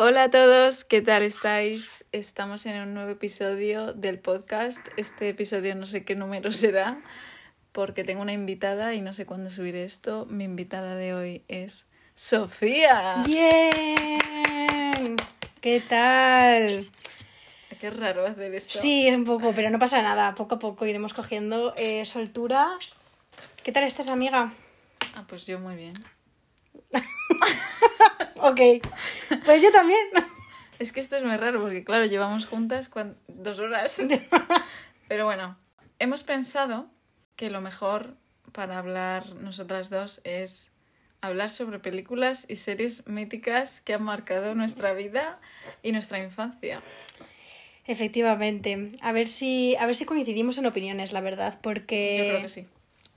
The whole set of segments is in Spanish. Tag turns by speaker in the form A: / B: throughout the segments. A: Hola a todos, ¿qué tal estáis? Estamos en un nuevo episodio del podcast. Este episodio no sé qué número será porque tengo una invitada y no sé cuándo subiré esto. Mi invitada de hoy es Sofía.
B: Bien. ¿Qué tal?
A: Qué raro hacer esto.
B: Sí, es un poco, pero no pasa nada. Poco a poco iremos cogiendo eh, soltura. ¿Qué tal estás, amiga?
A: Ah, pues yo muy bien.
B: Ok. Pues yo también.
A: Es que esto es muy raro porque, claro, llevamos juntas cuan- dos horas. Pero bueno, hemos pensado que lo mejor para hablar nosotras dos es hablar sobre películas y series míticas que han marcado nuestra vida y nuestra infancia.
B: Efectivamente. A ver si, a ver si coincidimos en opiniones, la verdad, porque.
A: Yo creo que sí.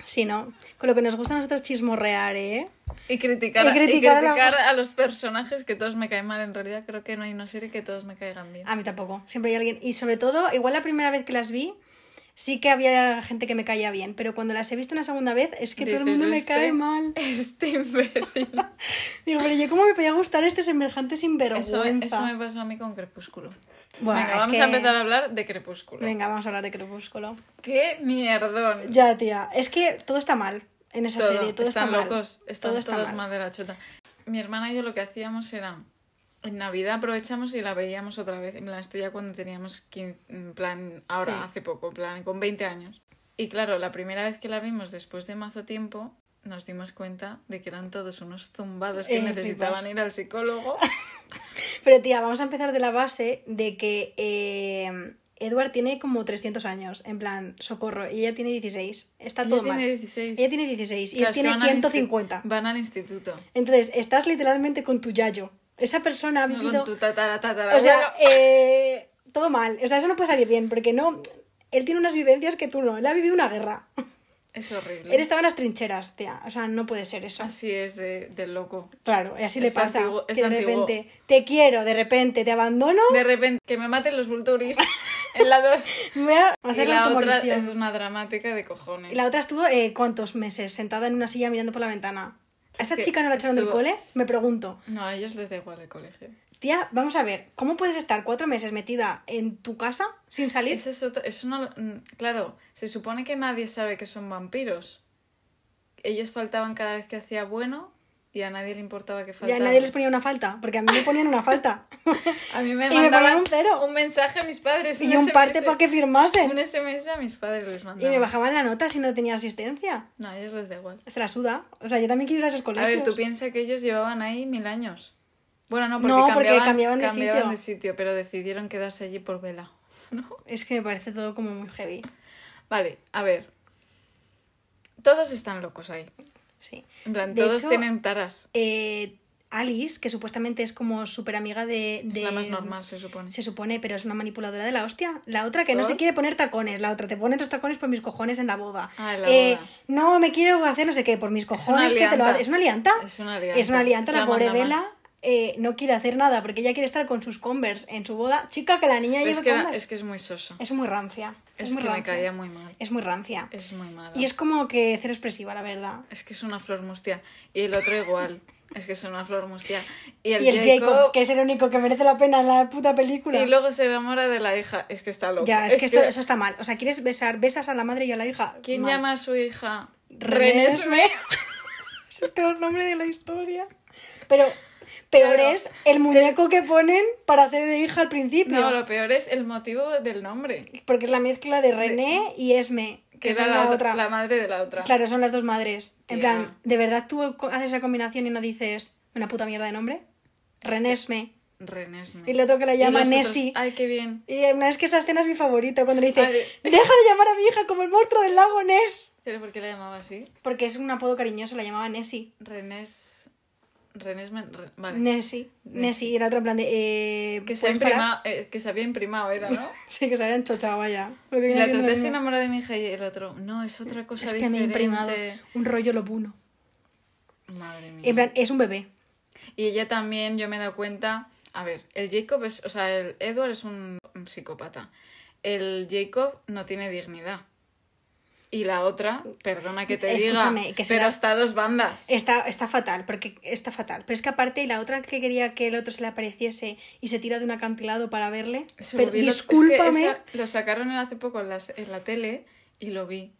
B: Sí, ¿no? Con lo que nos gusta a nosotros chismorrear, ¿eh?
A: Y criticar,
B: y
A: a- y
B: criticar a la-
A: criticar a los personajes que todos me caen mal. En realidad creo que no hay una serie que todos me caigan bien.
B: A mí tampoco. Siempre hay alguien. Y sobre todo, igual la primera vez que las vi, sí que había gente que me caía bien. Pero cuando las he visto una segunda vez, es que todo el
A: Dices,
B: mundo me
A: "Este-
B: cae mal.
A: Este imbécil.
B: Digo, pero yo cómo me podía gustar este semejante
A: Eso,
B: sinvergüenza.
A: eso me pasó a mí con Crepúsculo.
B: Buah,
A: Venga,
B: es
A: vamos
B: que-
A: a empezar a hablar de Crepúsculo.
B: Venga, vamos a hablar de Crepúsculo.
A: ¡Qué mierdón!
B: Ya, tía. Es que todo está mal en esa
A: Todo.
B: serie. Todo
A: están
B: está mal.
A: locos, están
B: Todo está
A: todos
B: mal.
A: mal de la chota. Mi hermana y yo lo que hacíamos era. En Navidad aprovechamos y la veíamos otra vez. En plan, esto ya cuando teníamos 15, en plan, ahora,
B: Sí.
A: hace poco, en plan, con 20 años. Y claro, la primera vez que la vimos después de mazo tiempo, nos dimos cuenta de que eran todos unos zumbados que
B: Eh,
A: necesitaban
B: flipas.
A: ir al psicólogo.
B: Pero, tía, vamos a empezar de la base de que eh, Edward tiene como 300 años. En plan, socorro. Y ella tiene 16. Está
A: Ella
B: todo
A: tiene
B: mal.
A: 16.
B: Ella tiene 16 y
A: Claro,
B: él
A: es que
B: tiene
A: van al insti-
B: 150.
A: Van al instituto.
B: Entonces, estás literalmente con tu yayo. Esa persona ha
A: No,
B: vivido.
A: Con tu tatara, tatara.
B: O sea,
A: abuelo.
B: eh, todo mal. O sea, eso no puede salir bien, porque no. Él tiene unas vivencias que tú no. Él ha vivido una guerra.
A: Mm. es horrible.
B: Él estaba en las trincheras, tía. O sea, no puede ser eso.
A: Así es de, del loco.
B: Claro, y así
A: Es
B: le pasa.
A: antiguo- es
B: que de
A: antiguo.
B: repente te quiero, de repente te abandono,
A: De repente, que me maten los Vulturis en la 2.
B: me voy a
A: Y
B: hacer la
A: la otra
B: automorisión.
A: es una dramática de cojones.
B: Y la otra estuvo, eh, ¿cuántos meses? Sentada en una silla mirando por la ventana. ¿A esa
A: que
B: chica no la echaron del
A: estuvo-
B: cole? Me pregunto.
A: No, a ellos les da igual el colegio.
B: Tía, vamos a ver, ¿cómo puedes estar cuatro meses metida en tu casa sin salir?
A: Esa es otra. Eso no. lo- mm, Claro, se supone que nadie sabe que son vampiros. Ellos faltaban cada vez que hacía bueno y a nadie le importaba que
B: Ya
A: faltara.
B: nadie les ponía una falta, porque a mí me ponían una falta.
A: A mí
B: y
A: me
B: me
A: mandaban
B: ponían un cero.
A: un mensaje a mis padres.
B: y
A: un
B: un
A: SMS,
B: parte para que
A: Un
B: firmasen.
A: SMS a mis padres les
B: Y
A: mandaban.
B: me bajaban la nota si no tenía asistencia.
A: No, a ellos les da igual.
B: Se la suda. O sea, yo también quiero ir a esos colegios.
A: A ver, tú piensas que ellos llevaban ahí mil años. Bueno, no, porque,
B: No, porque
A: cambiaban,
B: cambiaban de sitio.
A: de sitio, pero decidieron quedarse allí por vela.
B: Es que me parece todo como muy heavy.
A: Vale, a ver. Todos están locos ahí.
B: Sí.
A: En plan,
B: De
A: todos
B: hecho,
A: tienen taras.
B: Eh, Alice, que supuestamente es como súper amiga de, de-
A: Es la más normal, se supone.
B: Se supone, pero es una manipuladora de la hostia. La otra que no
A: ¿Por?
B: se quiere poner tacones. La otra te pone tus tacones por mis cojones en la boda. Eh,
A: Ah, en la boda.
B: No me quiero hacer no sé qué, por mis cojones. que te lo ha-
A: alianta.
B: Es una alianta.
A: Es una alianta.
B: Es una alianta,
A: Es
B: la
A: la
B: pobre
A: manda más.
B: Vela. eh, no quiere hacer nada porque ella quiere estar con sus Converse en su boda. Chica, que la niña
A: Pero
B: lleva
A: es, que era-
B: Converse.
A: es que es muy sosa.
B: Es muy rancia.
A: Es,
B: muy
A: que me
B: rancia.
A: caía muy mal.
B: Es muy rancia.
A: Es muy mala.
B: Y es como que cero expresiva, la verdad.
A: Es que es una flor mustia. Y el otro igual. es que es una flor mustia. Y el,
B: y el Jacob,
A: Jacob...
B: que es el único que merece la pena en la puta película.
A: Y luego se enamora de la hija. Es que está loco.
B: Ya, es, que, esto, eso está mal. O sea, quieres besar, besas a la madre y a la hija.
A: ¿Quién
B: Mal.
A: llama a su hija?
B: Renesme. es el peor nombre de la historia. Pero peor
A: Claro. Eh,
B: es el muñeco que ponen para hacer de hija al principio.
A: No, lo peor es el motivo del nombre.
B: Porque es la mezcla de René y Esme, que,
A: Que
B: son
A: era
B: la,
A: la, ot-
B: otra.
A: la madre de la otra.
B: Claro, son las dos madres.
A: Tía.
B: En plan, ¿de verdad tú co- haces esa combinación y no dices una puta mierda de nombre? Renesme.
A: Renesme.
B: Y el otro que la
A: Y
B: llama
A: los otros-
B: Nessie.
A: Ay, qué bien.
B: Y eh, es que esa escena es mi favorita, cuando le dice,
A: Vale.
B: deja de llamar a mi hija como el monstruo del lago Ness.
A: ¿Pero por qué la llamaba así?
B: Porque es un apodo cariñoso, la llamaba Nessie.
A: Renés. Renesme. re- Vale.
B: Nessie. Nessie. Y era otro en plan de... eh,
A: que, se ha
B: ¿puedes
A: imprimado-
B: parar?
A: eh, que se había imprimado, era, ¿no?
B: Sí, que se habían chochado, vaya. Lo que
A: Y
B: viene
A: la
B: siendo lo
A: otra se
B: mismo.
A: enamora de mi hija y el otro. No, es otra cosa
B: Es que me he
A: diferente.
B: imprimado un rollo lobuno.
A: Madre mía.
B: En plan, es un bebé.
A: Y ella también, yo me he dado cuenta. A ver, el Jacob es. O sea, el Edward es un, un psicópata. El Jacob no tiene dignidad. Y la otra, perdona que te
B: Escúchame,
A: diga,
B: que se
A: pero
B: da-
A: hasta dos bandas.
B: Está, está fatal, porque está fatal. Pero es que aparte, la otra que quería que el otro se le apareciese y se tira de un acantilado para verle.
A: Se
B: pero
A: lo vi, lo- es que
B: discúlpame.
A: esa- lo sacaron hace poco en la, en la tele y lo vi.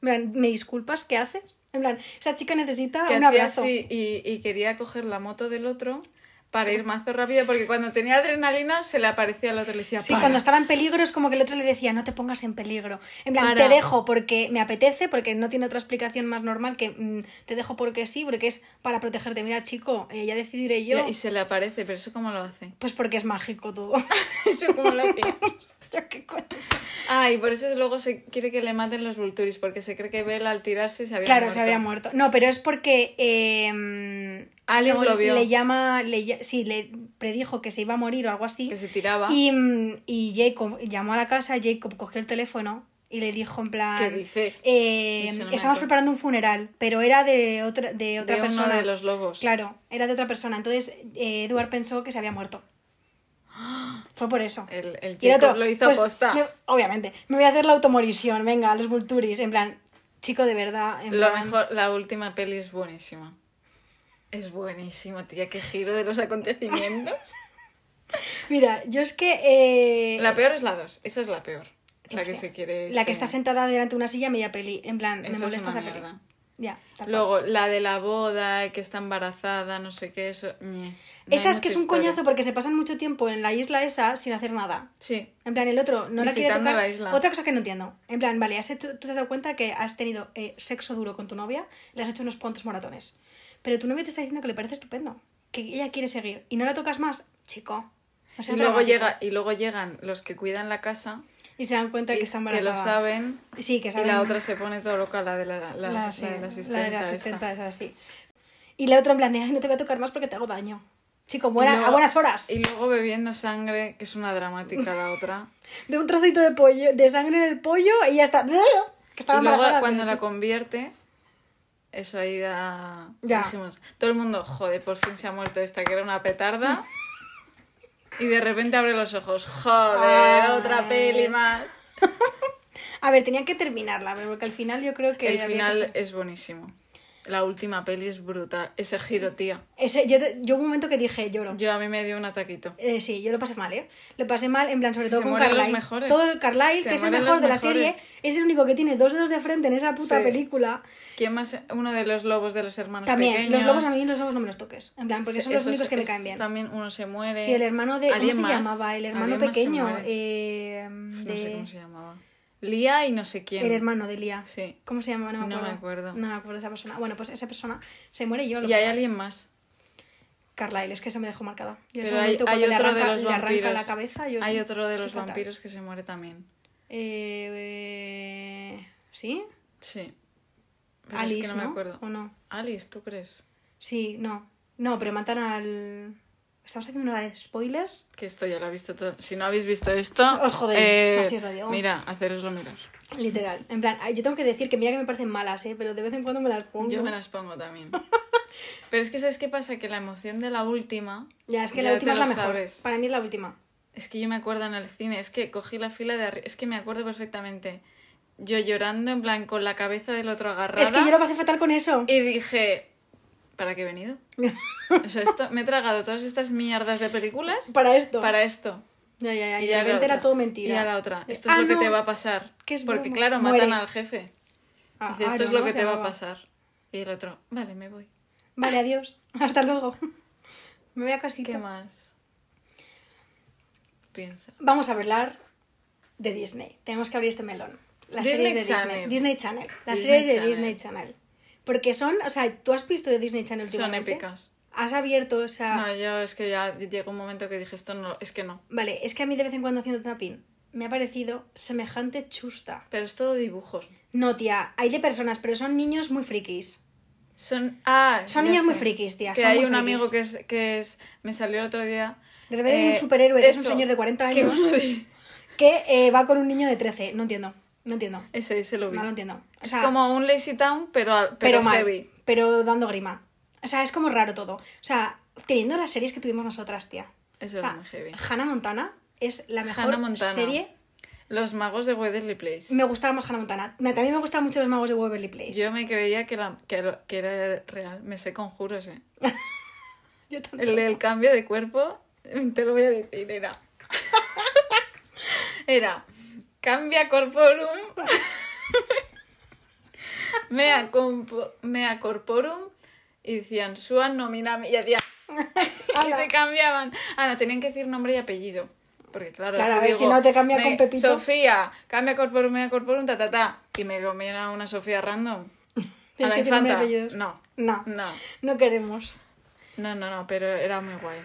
B: en plan, ¿me disculpas? ¿Qué haces? En plan, esa chica necesita
A: que
B: Ah, un
A: hacía
B: abrazo.
A: así y, y quería coger la moto del otro para ir mazo rápido, porque cuando tenía adrenalina se le aparecía al otro y le decía,
B: Sí,
A: "Para".
B: cuando estaba en peligro es como que el otro le decía, no te pongas en peligro. En plan,
A: Para.
B: te dejo porque me apetece, porque no tiene otra explicación más normal que mm, te dejo porque sí, porque es para protegerte. Mira, chico, eh, ya decidiré yo.
A: Y se le aparece, pero eso cómo lo hace.
B: Pues porque es mágico todo.
A: Eso cómo lo hace.
B: Yo qué coño sé.
A: Ah, y por eso luego se quiere que le maten los Vulturis, porque se cree que Bella al tirarse se había
B: Claro,
A: muerto.
B: se había muerto. No, pero es porque. eh,
A: Alice
B: no,
A: lo vio.
B: Le llama. Le, ll- sí, le predijo que se iba a morir o algo así.
A: Que se tiraba.
B: Y, mm, y Jacob llamó a la casa, Jacob cogió el teléfono y le dijo en plan.
A: ¿Qué dices?
B: eh,
A: Eso no me
B: estamos
A: acuerdo.
B: preparando un funeral, pero era de otra, de otra
A: de
B: persona.
A: uno de los lobos.
B: Claro, era de otra persona. Entonces eh, Edward pensó que se había muerto. Fue por eso.
A: El, el
B: Y el
A: Jacob
B: otro,
A: lo hizo
B: pues,
A: aposta.
B: me- obviamente. Me voy a hacer la automorisión, venga, los vulturis. En plan, chico, de verdad. en
A: Lo
B: plan,
A: mejor, la última peli es buenísima. Es buenísima, tía, qué giro de los acontecimientos.
B: Mira, yo es que. eh,
A: La peor es la 2, esa es la peor. La que se quiere.
B: La que
A: este,
B: está sentada delante de una silla media peli. En plan,
A: Eso es
B: me molesta
A: una
B: esa peli.
A: mierda.
B: Ya. tal cual.
A: Luego, la de la boda, que está embarazada, no sé qué, eso. ñe. No
B: esa
A: hay
B: es que es
A: mucha
B: un
A: historia.
B: coñazo porque se pasan mucho tiempo en la isla esa sin hacer nada.
A: Sí.
B: En plan, el otro no la quiere
A: Visitando
B: tocar.
A: la isla.
B: Otra cosa que no entiendo. En plan, vale, has hecho- tú te has dado cuenta que has tenido eh, sexo duro con tu novia, le has hecho unos cuantos maratones. Pero tu novia te está diciendo que le parece estupendo, que ella quiere seguir y no la tocas más, chico. no seas
A: y, luego
B: dramático.
A: llega, y luego llegan los que cuidan la casa,
B: Y se dan cuenta
A: y-
B: que está
A: que
B: embarazada.
A: lo saben,
B: Sí, que
A: y
B: saben.
A: la otra se pone todo loca, la de la, la, la
B: sí,
A: de la asistenta.
B: la de la
A: esta.
B: asistenta es así. Y la otra en plan de, "Ay, no te voy a tocar más porque te hago daño. Chico,
A: Y
B: buena,
A: luego-
B: a buenas horas.
A: Y luego bebiendo sangre, que es una dramática la otra.
B: De un trocito de pollo, de sangre en el pollo y ya está. Que estaba
A: y luego
B: embarazada,
A: cuando
B: pero-
A: la convierte, eso ahí da...
B: Ya.
A: Dijimos, todo el mundo, joder, por fin se ha muerto esta, que era una petarda. y de repente abre los ojos, joder,
B: Ay.
A: otra peli más.
B: A ver, tenían que terminarla, pero porque al final yo creo que.
A: El
B: había que
A: final
B: hacer-
A: es buenísimo. La última peli es brutal. Ese giro, tía.
B: Ese, yo, te- yo hubo un momento que dije, lloro.
A: Yo a mí me dio un ataquito.
B: Eh, sí, yo lo pasé mal, ¿eh? Lo pasé mal, en plan, sobre
A: Si
B: todo
A: se
B: con
A: mueren los
B: Carlyle.
A: mejores.
B: Todo el Carlyle,
A: Se
B: que es el
A: mueren
B: mejor
A: los
B: de la
A: mejores.
B: serie, es el único que tiene dos dedos de frente en esa puta
A: Sí.
B: película.
A: ¿Quién más? Uno de los lobos de los hermanos
B: También,
A: pequeños.
B: los lobos a mí los lobos no me los toques. En plan, porque son los
A: Esos-
B: únicos que me
A: esos
B: caen bien.
A: También uno se muere.
B: Sí, el hermano de. ¿Cómo
A: ¿Alguien
B: se
A: más?
B: llamaba? El hermano
A: ¿Alguien más se
B: pequeño.
A: muere?
B: eh,
A: No sé cómo
B: de-
A: se llamaba. Lía y no sé quién.
B: El hermano de Lía.
A: Sí.
B: ¿Cómo se llamaba? No me
A: No me
B: acuerdo.
A: acuerdo.
B: No me acuerdo de esa persona. Bueno, pues esa persona se muere y yo lo
A: Y hay alguien más.
B: Carlyle, es que eso me dejó marcada. Yo ese
A: Pero hay,
B: momento
A: hay
B: cuando le
A: otro de
B: arranca-
A: los
B: le arranca
A: vampiros.
B: la cabeza, yo-
A: Hay otro de
B: estoy
A: los
B: fatal.
A: vampiros que se muere también.
B: Eh, eh, ¿Sí?
A: Sí. Pero
B: Alice,
A: es que no, me acuerdo.
B: ¿O no?
A: Alice, ¿tú crees?
B: Sí, no. No, pero matan al... ¿Estamos haciendo una de spoilers?
A: Que esto ya lo ha visto todo. Si no habéis visto esto. eh,
B: Os jodéis, así Oh. os lo digo.
A: Mira, haceroslo mirar.
B: Literal. En plan, ay, yo tengo que decir que mira que me parecen malas, ¿eh? Pero de vez en cuando me las pongo.
A: Yo me las pongo también. Pero es que, ¿sabes qué pasa? Que la emoción de la última.
B: Ya, es que
A: Ya
B: la última
A: te
B: es la
A: lo
B: mejor.
A: sabes.
B: Para mí es la última.
A: Es que yo me acuerdo en el cine, es que cogí la fila de arriba, es que me acuerdo perfectamente. Yo llorando en plan con la cabeza del otro agarrada.
B: Es que yo lo pasé fatal con eso.
A: Y dije, ¿para qué he venido? O sea, esto, me he tragado todas estas mierdas de películas
B: Para esto.
A: para esto.
B: Ya, ya, ya. Y,
A: ya
B: de
A: la
B: repente era
A: otra.
B: todo mentira.
A: Y a la otra. Esto es
B: Ah,
A: lo que te
B: no.
A: va a pasar.
B: Que es
A: Porque
B: broma.
A: claro, matan
B: Muere.
A: al jefe.
B: Ah,
A: Dice, esto
B: Aaron,
A: es lo
B: ¿no?
A: que
B: Se
A: te va a
B: llamaba.
A: pasar. Y el otro, vale, me voy.
B: Vale, adiós. Hasta luego. Me voy a casita.
A: ¿Qué más? Piensa.
B: Vamos a hablar de Disney. Tenemos que abrir este melón. Las
A: Disney
B: series de
A: Channel.
B: Disney. Disney Channel.
A: Disney
B: Las series de
A: Channel.
B: Disney Channel. Porque son, o sea, tú has visto de Disney Channel
A: Son
B: últimamente. Ah.
A: épicas.
B: Has abierto, o sea,
A: No, yo es que ya llegó un momento que dije, esto no, es que no.
B: vale, es que a mí de vez en cuando haciendo tapping me ha parecido semejante chusta.
A: Pero es todo dibujos.
B: No, tía, hay de personas, pero son niños muy frikis.
A: Son, ah,
B: Son
A: ya
B: niños muy
A: sé.
B: frikis, tía,
A: Que
B: son
A: hay
B: muy
A: un
B: frikis.
A: amigo que es, que es. Me salió el otro día. eh,
B: De repente hay un superhéroe que es un señor de 40
A: que
B: años.
A: uno de-
B: Que eh, va con un niño de 13, no entiendo, no entiendo.
A: Ese, ese lo vi.
B: No lo entiendo. O sea,
A: es como un Lazy Town, pero, al- pero,
B: pero mal,
A: heavy.
B: pero dando grima. O sea, es como raro todo. O sea, teniendo las series que tuvimos nosotras, tía.
A: Eso
B: O sea,
A: es muy heavy.
B: Hannah Montana es la mejor
A: Hannah Montana.
B: serie
A: Los magos de Waverly Place.
B: Me gustaba más Hannah Montana. Me- También me gustaban mucho los magos de Waverly Place.
A: Yo me creía que, la- que, lo- que era real. Me sé conjuros, ¿eh?
B: Yo también.
A: El del cambio de cuerpo, te lo voy a decir, era. Era. Cambia corporum. Mea, compo- mea corporum. Y decían, suan nominame. Y hacían. Y
B: Ala.
A: se cambiaban. Ah, no, tenían que decir nombre y apellido. Porque claro,
B: Claro,
A: si
B: a ver,
A: digo,
B: si no te cambia
A: me-
B: con Pepito.
A: Sofía, cambia corporum, mea corporum, ta ta ta. Y me comiera una Sofía random. A
B: Tienes
A: la
B: que decirme
A: infanta.
B: apellidos.
A: No,
B: No,
A: no.
B: no queremos.
A: No, no, no, pero era muy guay.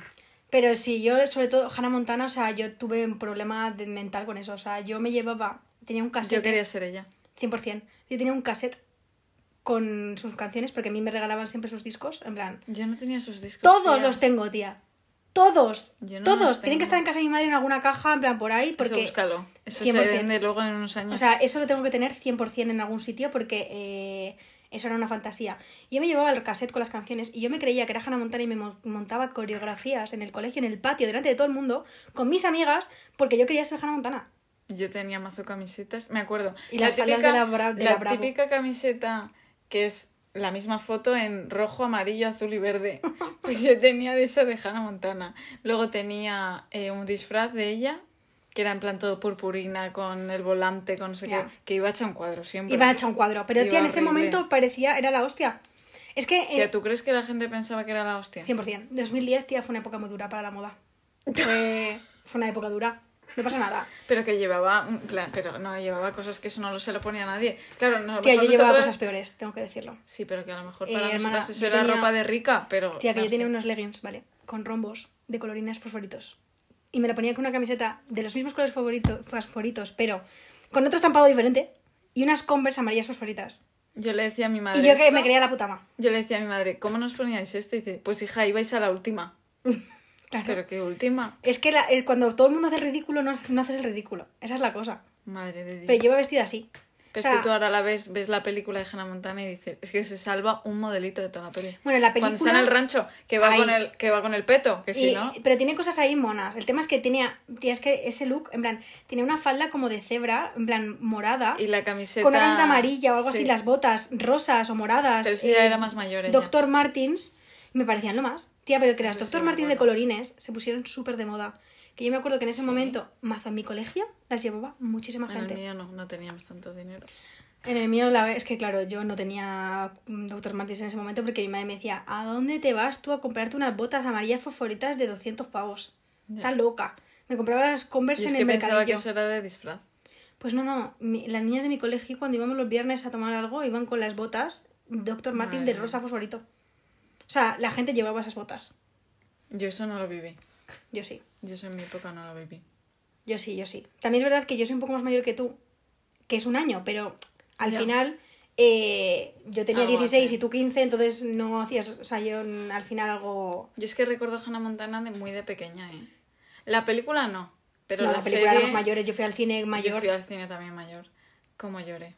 B: Pero sí, yo sobre todo Hannah Montana, o sea, yo tuve un problema de- mental con eso. O sea, yo me llevaba, tenía un cassette.
A: Yo quería ser ella.
B: 100%. Yo tenía un cassette con sus canciones porque a mí me regalaban siempre sus discos. En plan,
A: Yo no tenía sus discos.
B: todos
A: tía.
B: los tengo, tía. Todos.
A: Yo no los
B: todos.
A: tengo.
B: Tienen que estar en casa de mi madre en alguna caja, en plan por ahí,
A: Eso,
B: porque...
A: búscalo. Eso se
B: 100%.
A: vende luego en unos años.
B: O sea, eso lo tengo que tener 100% en algún sitio porque eh, eso era una fantasía. Yo me llevaba el cassette con las canciones y yo me creía que era Hannah Montana y me mo- montaba coreografías en el colegio, en el patio, delante de todo el mundo, con mis amigas, porque yo quería ser Hannah Montana.
A: Yo tenía mazo camisetas, me acuerdo.
B: Y las faldas de la Bra- de la Bravo.
A: típica camiseta que es la misma foto en rojo, amarillo, azul y verde. Pues yo tenía de esa de Hannah Montana. Luego tenía eh, un disfraz de ella, que era en plan todo purpurina, con el volante, con no sé
B: Ya.
A: qué, que iba hecha un cuadro siempre.
B: Iba a echar un cuadro. Pero
A: Iba
B: tía, en ese
A: horrible.
B: momento parecía, era la hostia. Es que en
A: Tía, ¿tú crees que la gente pensaba que era la hostia?
B: 100%, 2010, tía, fue una época muy dura para la moda. Fue, fue una época dura. No pasa nada.
A: Pero que llevaba, en plan, pero no, llevaba cosas que eso no lo se lo ponía a nadie. Claro, no,
B: Tía, yo llevaba
A: nosotras-
B: cosas peores, tengo que decirlo.
A: Sí, pero que a lo mejor
B: Eh,
A: para
B: hermana,
A: nosotras eso
B: yo
A: era
B: tenía-
A: ropa de rica, pero...
B: Tía, que yo
A: Nah,
B: tenía unos leggings, ¿vale? Con rombos de colorines fosforitos. Y me la ponía con una camiseta de los mismos colores favorito- fosforitos, pero con otro estampado diferente. Y unas Converse amarillas fosforitas.
A: Yo le decía a mi madre...
B: Y yo que
A: esto,
B: me creía la puta ma.
A: Yo le decía a mi madre, ¿cómo nos poníais esto? Y dice, pues hija, ibais a la última.
B: Claro.
A: Pero qué última.
B: Es que la- eh, cuando todo el mundo hace el ridículo, no, hace- no haces el ridículo. Esa es la cosa.
A: Madre de Dios.
B: Pero yo iba vestida así.
A: Pero
B: O
A: es
B: sea,
A: que Pues tú ahora la ves, ves la película de Hannah Montana y dices, es que se salva un modelito de toda la peli.
B: Bueno, la
A: Cuando está en
B: película-
A: el rancho, que va,
B: Ay.
A: con el, que va con el peto, que si
B: Y- eh,
A: no...
B: Pero tiene cosas ahí monas. El tema es que tenía. Tía, es que ese look, en plan, tiene una falda como de cebra, en plan, morada.
A: Y la camiseta...
B: con una camiseta amarilla o algo así,
A: Sí.
B: las botas rosas o moradas. eh,
A: Pero sí, ya era más mayor ella.
B: Doctor Martins, me parecían lo más. Tía, pero que las
A: Eso sí
B: Doctor
A: me
B: Martins de
A: acuerdo.
B: colorines se pusieron súper de moda. Que yo me acuerdo que en ese momento, mazo, en mi colegio las llevaba muchísima
A: En
B: gente.
A: el mío no, no teníamos tanto dinero.
B: En el mío, la ve- es que claro, yo no tenía mm, Dr. Martins en ese momento porque mi madre me decía, ¿a dónde te vas tú a comprarte unas botas amarillas fosforitas de 200 pavos?
A: Ya.
B: Está loca. Me compraba las Converse
A: Y es
B: en
A: que
B: el
A: pensaba que
B: mercadillo.
A: eso era de disfraz.
B: Pues no, no. mi- las niñas de mi colegio, cuando íbamos los viernes a tomar algo, iban con las botas Dr. Martins
A: Madre
B: de
A: mía.
B: rosa fosforito. O sea, la gente llevaba esas botas.
A: Yo eso no lo viví.
B: Yo sí.
A: Yo eso en mi época no lo viví.
B: Yo sí, yo sí. También es verdad que yo soy un poco más mayor que tú, que es un año, pero al
A: Ya.
B: final eh, yo tenía
A: Algo
B: 16
A: hace.
B: y tú 15, entonces no hacías, o sea, yo mm, al final algo...
A: Yo es que recuerdo Hannah Montana de muy de pequeña, ¿eh? La película no, pero
B: no,
A: la,
B: la película
A: serie...
B: éramos mayores, yo fui al cine
A: Yo
B: mayor.
A: fui al cine también mayor. ¿Cómo lloré?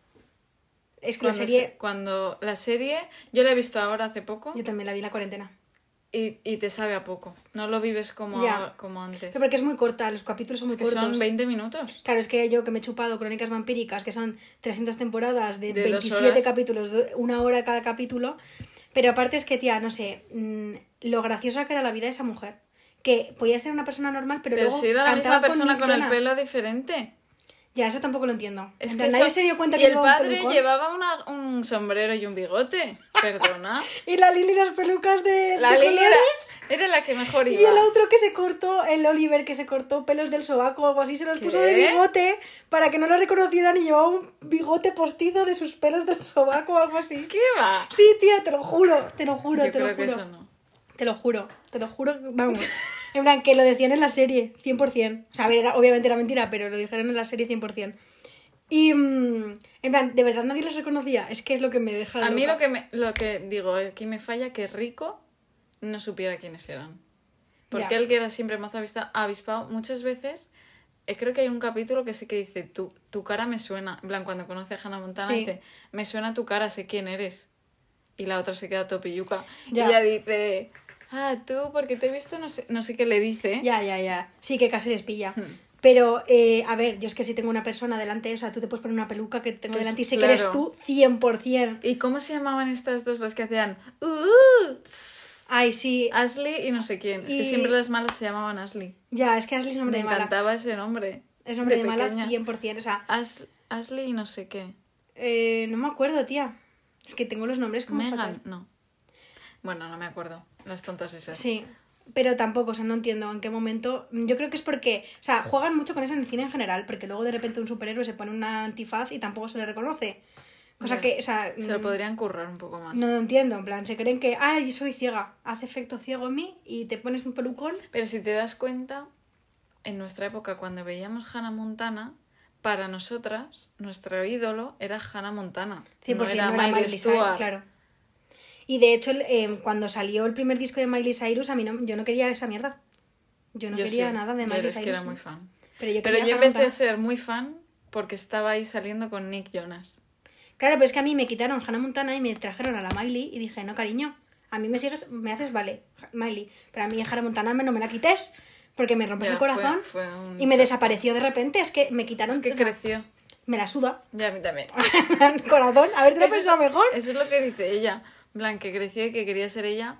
B: Es que la
A: Cuando,
B: serie,
A: se- cuando la serie, yo la he visto ahora hace poco
B: yo también la vi en la cuarentena.
A: y, y te sabe a poco. No lo vives como,
B: Ya.
A: ahora- como antes.
B: Pero porque es muy corta, los capítulos son muy
A: es que
B: cortos.
A: son 20 minutos.
B: Claro, es que yo que me he chupado Crónicas Vampíricas, que son 300 temporadas de,
A: De dos
B: 27
A: horas.
B: capítulos, do- una hora cada capítulo. Pero aparte es que, tía, no sé, mm, lo graciosa que era la vida de esa mujer. Que podía ser una persona normal, pero,
A: Pero,
B: luego
A: si era la misma
B: cantaba
A: persona
B: Nick
A: con, el
B: Jonas.
A: pelo diferente.
B: Ya, eso tampoco lo entiendo.
A: Es
B: En
A: que
B: plan, nadie
A: eso-
B: se dio cuenta
A: y
B: que
A: el
B: llevaba un
A: padre
B: pelucón.
A: llevaba una- un sombrero y un bigote. Perdona.
B: Y la Lili las pelucas de,
A: La
B: de
A: Lily era,
B: colores.
A: era la que mejor iba.
B: Y el otro que se cortó, el Oliver que se cortó pelos del sobaco o algo así, se los puso de
A: ¿Qué?
B: bigote para que no lo reconocieran y llevaba un bigote postizo de sus pelos del sobaco o algo así.
A: ¿Qué va?
B: Sí, tía, te lo juro, te lo juro,
A: Yo
B: te lo
A: creo
B: juro.
A: que eso no.
B: Te lo juro, te lo juro, vamos. En plan, que lo decían en la serie, 100%. O sea, a ver, era- obviamente era mentira, pero lo dijeron en la serie 100%. Y, mm, en plan, de verdad nadie los reconocía. Es que es lo que me deja
A: A mí
B: loca.
A: lo que, me- lo que digo, aquí me falla que Rico no supiera quiénes eran. Porque
B: Ya.
A: él que era siempre mazo avista- avispado, muchas veces, eh, creo que hay un capítulo que sí que dice, tu, tu cara me suena. En plan, cuando conoce a Hannah Montana,
B: Sí.
A: dice, me suena tu cara, sé quién eres. Y la otra se queda topilluca.
B: Ya.
A: Y ella dice, ah, tú, porque te he visto, no sé, no sé qué le dice.
B: Ya, ya, ya. Sí, que casi les pilla. Pero, eh, a ver, yo es que si tengo una persona delante, o sea, tú te puedes poner una peluca que tengo
A: Pues,
B: delante y sé
A: claro.
B: que eres tú 100%.
A: ¿Y cómo se llamaban estas dos las que hacían? "Uh, tss"?
B: Ay, sí.
A: Ashley y no sé quién. Es que
B: Y-
A: siempre las malas se llamaban Ashley.
B: Ya, es que Ashley es
A: Me
B: nombre de mala.
A: encantaba ese nombre.
B: Es nombre de, mala
A: pequeña.
B: 100%. O sea,
A: As- Ashley y no sé qué.
B: eh, no me acuerdo, tía. Es que tengo los nombres como... fatal.
A: Megan, no. Bueno, no me acuerdo. Las tontas esas.
B: Sí, pero tampoco, o sea, no entiendo en qué momento. Yo creo que es porque, o sea, juegan mucho con eso en el cine en general, porque luego de repente un superhéroe se pone una antifaz y tampoco se le reconoce. Cosa
A: Ya.
B: que, o sea,
A: Se lo
B: mm,
A: podrían currar un poco más.
B: no lo entiendo, en plan, se creen que, ay, soy ciega, hace efecto ciego en mí y te pones un pelucón.
A: Pero si te das cuenta, en nuestra época, cuando veíamos Hannah Montana, para nosotras, nuestro ídolo era Hannah Montana.
B: 100%
A: no era Miley
B: Cyrus,
A: Stewart.
B: claro. Y de hecho, el- eh, cuando salió el primer disco de Miley Cyrus, a mí no, yo no quería esa mierda. Yo no
A: Yo
B: quería
A: sí,
B: nada de
A: yo
B: Miley
A: Es
B: Cyrus.
A: que era muy fan.
B: Pero yo,
A: Pero
B: quería
A: yo
B: Hannah
A: empecé a
B: Montana.
A: ser muy fan porque estaba ahí saliendo con Nick Jonas.
B: Claro, pero es que a mí me quitaron Hannah Montana y me trajeron a la Miley y dije, no, cariño, a mí me sigues, me haces vale, Ja- Miley, pero a mí Hannah Montana me- no me la quites porque me rompes
A: Ya,
B: el corazón
A: fue- fue un
B: y me
A: chasco.
B: desapareció de repente, es que me quitaron,
A: Es que
B: o sea,
A: creció.
B: me la suda,
A: Ya, a mí también.
B: corazón, a ver, te lo
A: Eso es-
B: pensado mejor.
A: Eso es lo que dice ella. En plan, que creció y que quería ser ella.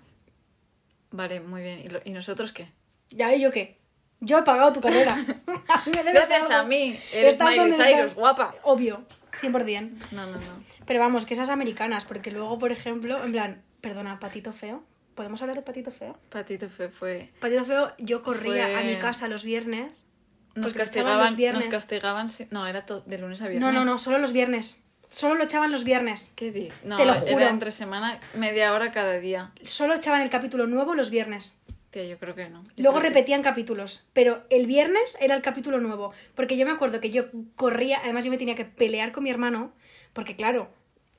A: Vale, muy bien. ¿Y, lo- y nosotros qué?
B: Ya, ¿y yo qué? Yo he pagado tu carrera. A mí me debes
A: Gracias a
B: algo.
A: mí. Eres
B: Estás
A: Miley
B: donde
A: Cyrus,
B: estás.
A: guapa.
B: Obvio, 100%.
A: No, no, no.
B: Pero vamos, que esas americanas, porque luego, por ejemplo, en plan, perdona, patito feo, ¿podemos hablar de patito feo?
A: Patito fue... fue...
B: Patito feo, yo corría
A: Fue-
B: a mi casa los viernes.
A: Nos
B: Porque echaban
A: castigaban,
B: los viernes.
A: nos castigaban, si- no, era to- de lunes a viernes.
B: No, no, no, solo los viernes. Solo lo echaban los viernes.
A: ¿Qué di? No,
B: Te lo juro.
A: era entre semana, media hora cada día.
B: Solo echaban el capítulo nuevo los viernes.
A: Tía, yo creo que no. Yo
B: Luego
A: creo que-
B: repetían capítulos, pero el viernes era el capítulo nuevo, porque yo me acuerdo que yo corría, además yo me tenía que pelear con mi hermano, porque claro,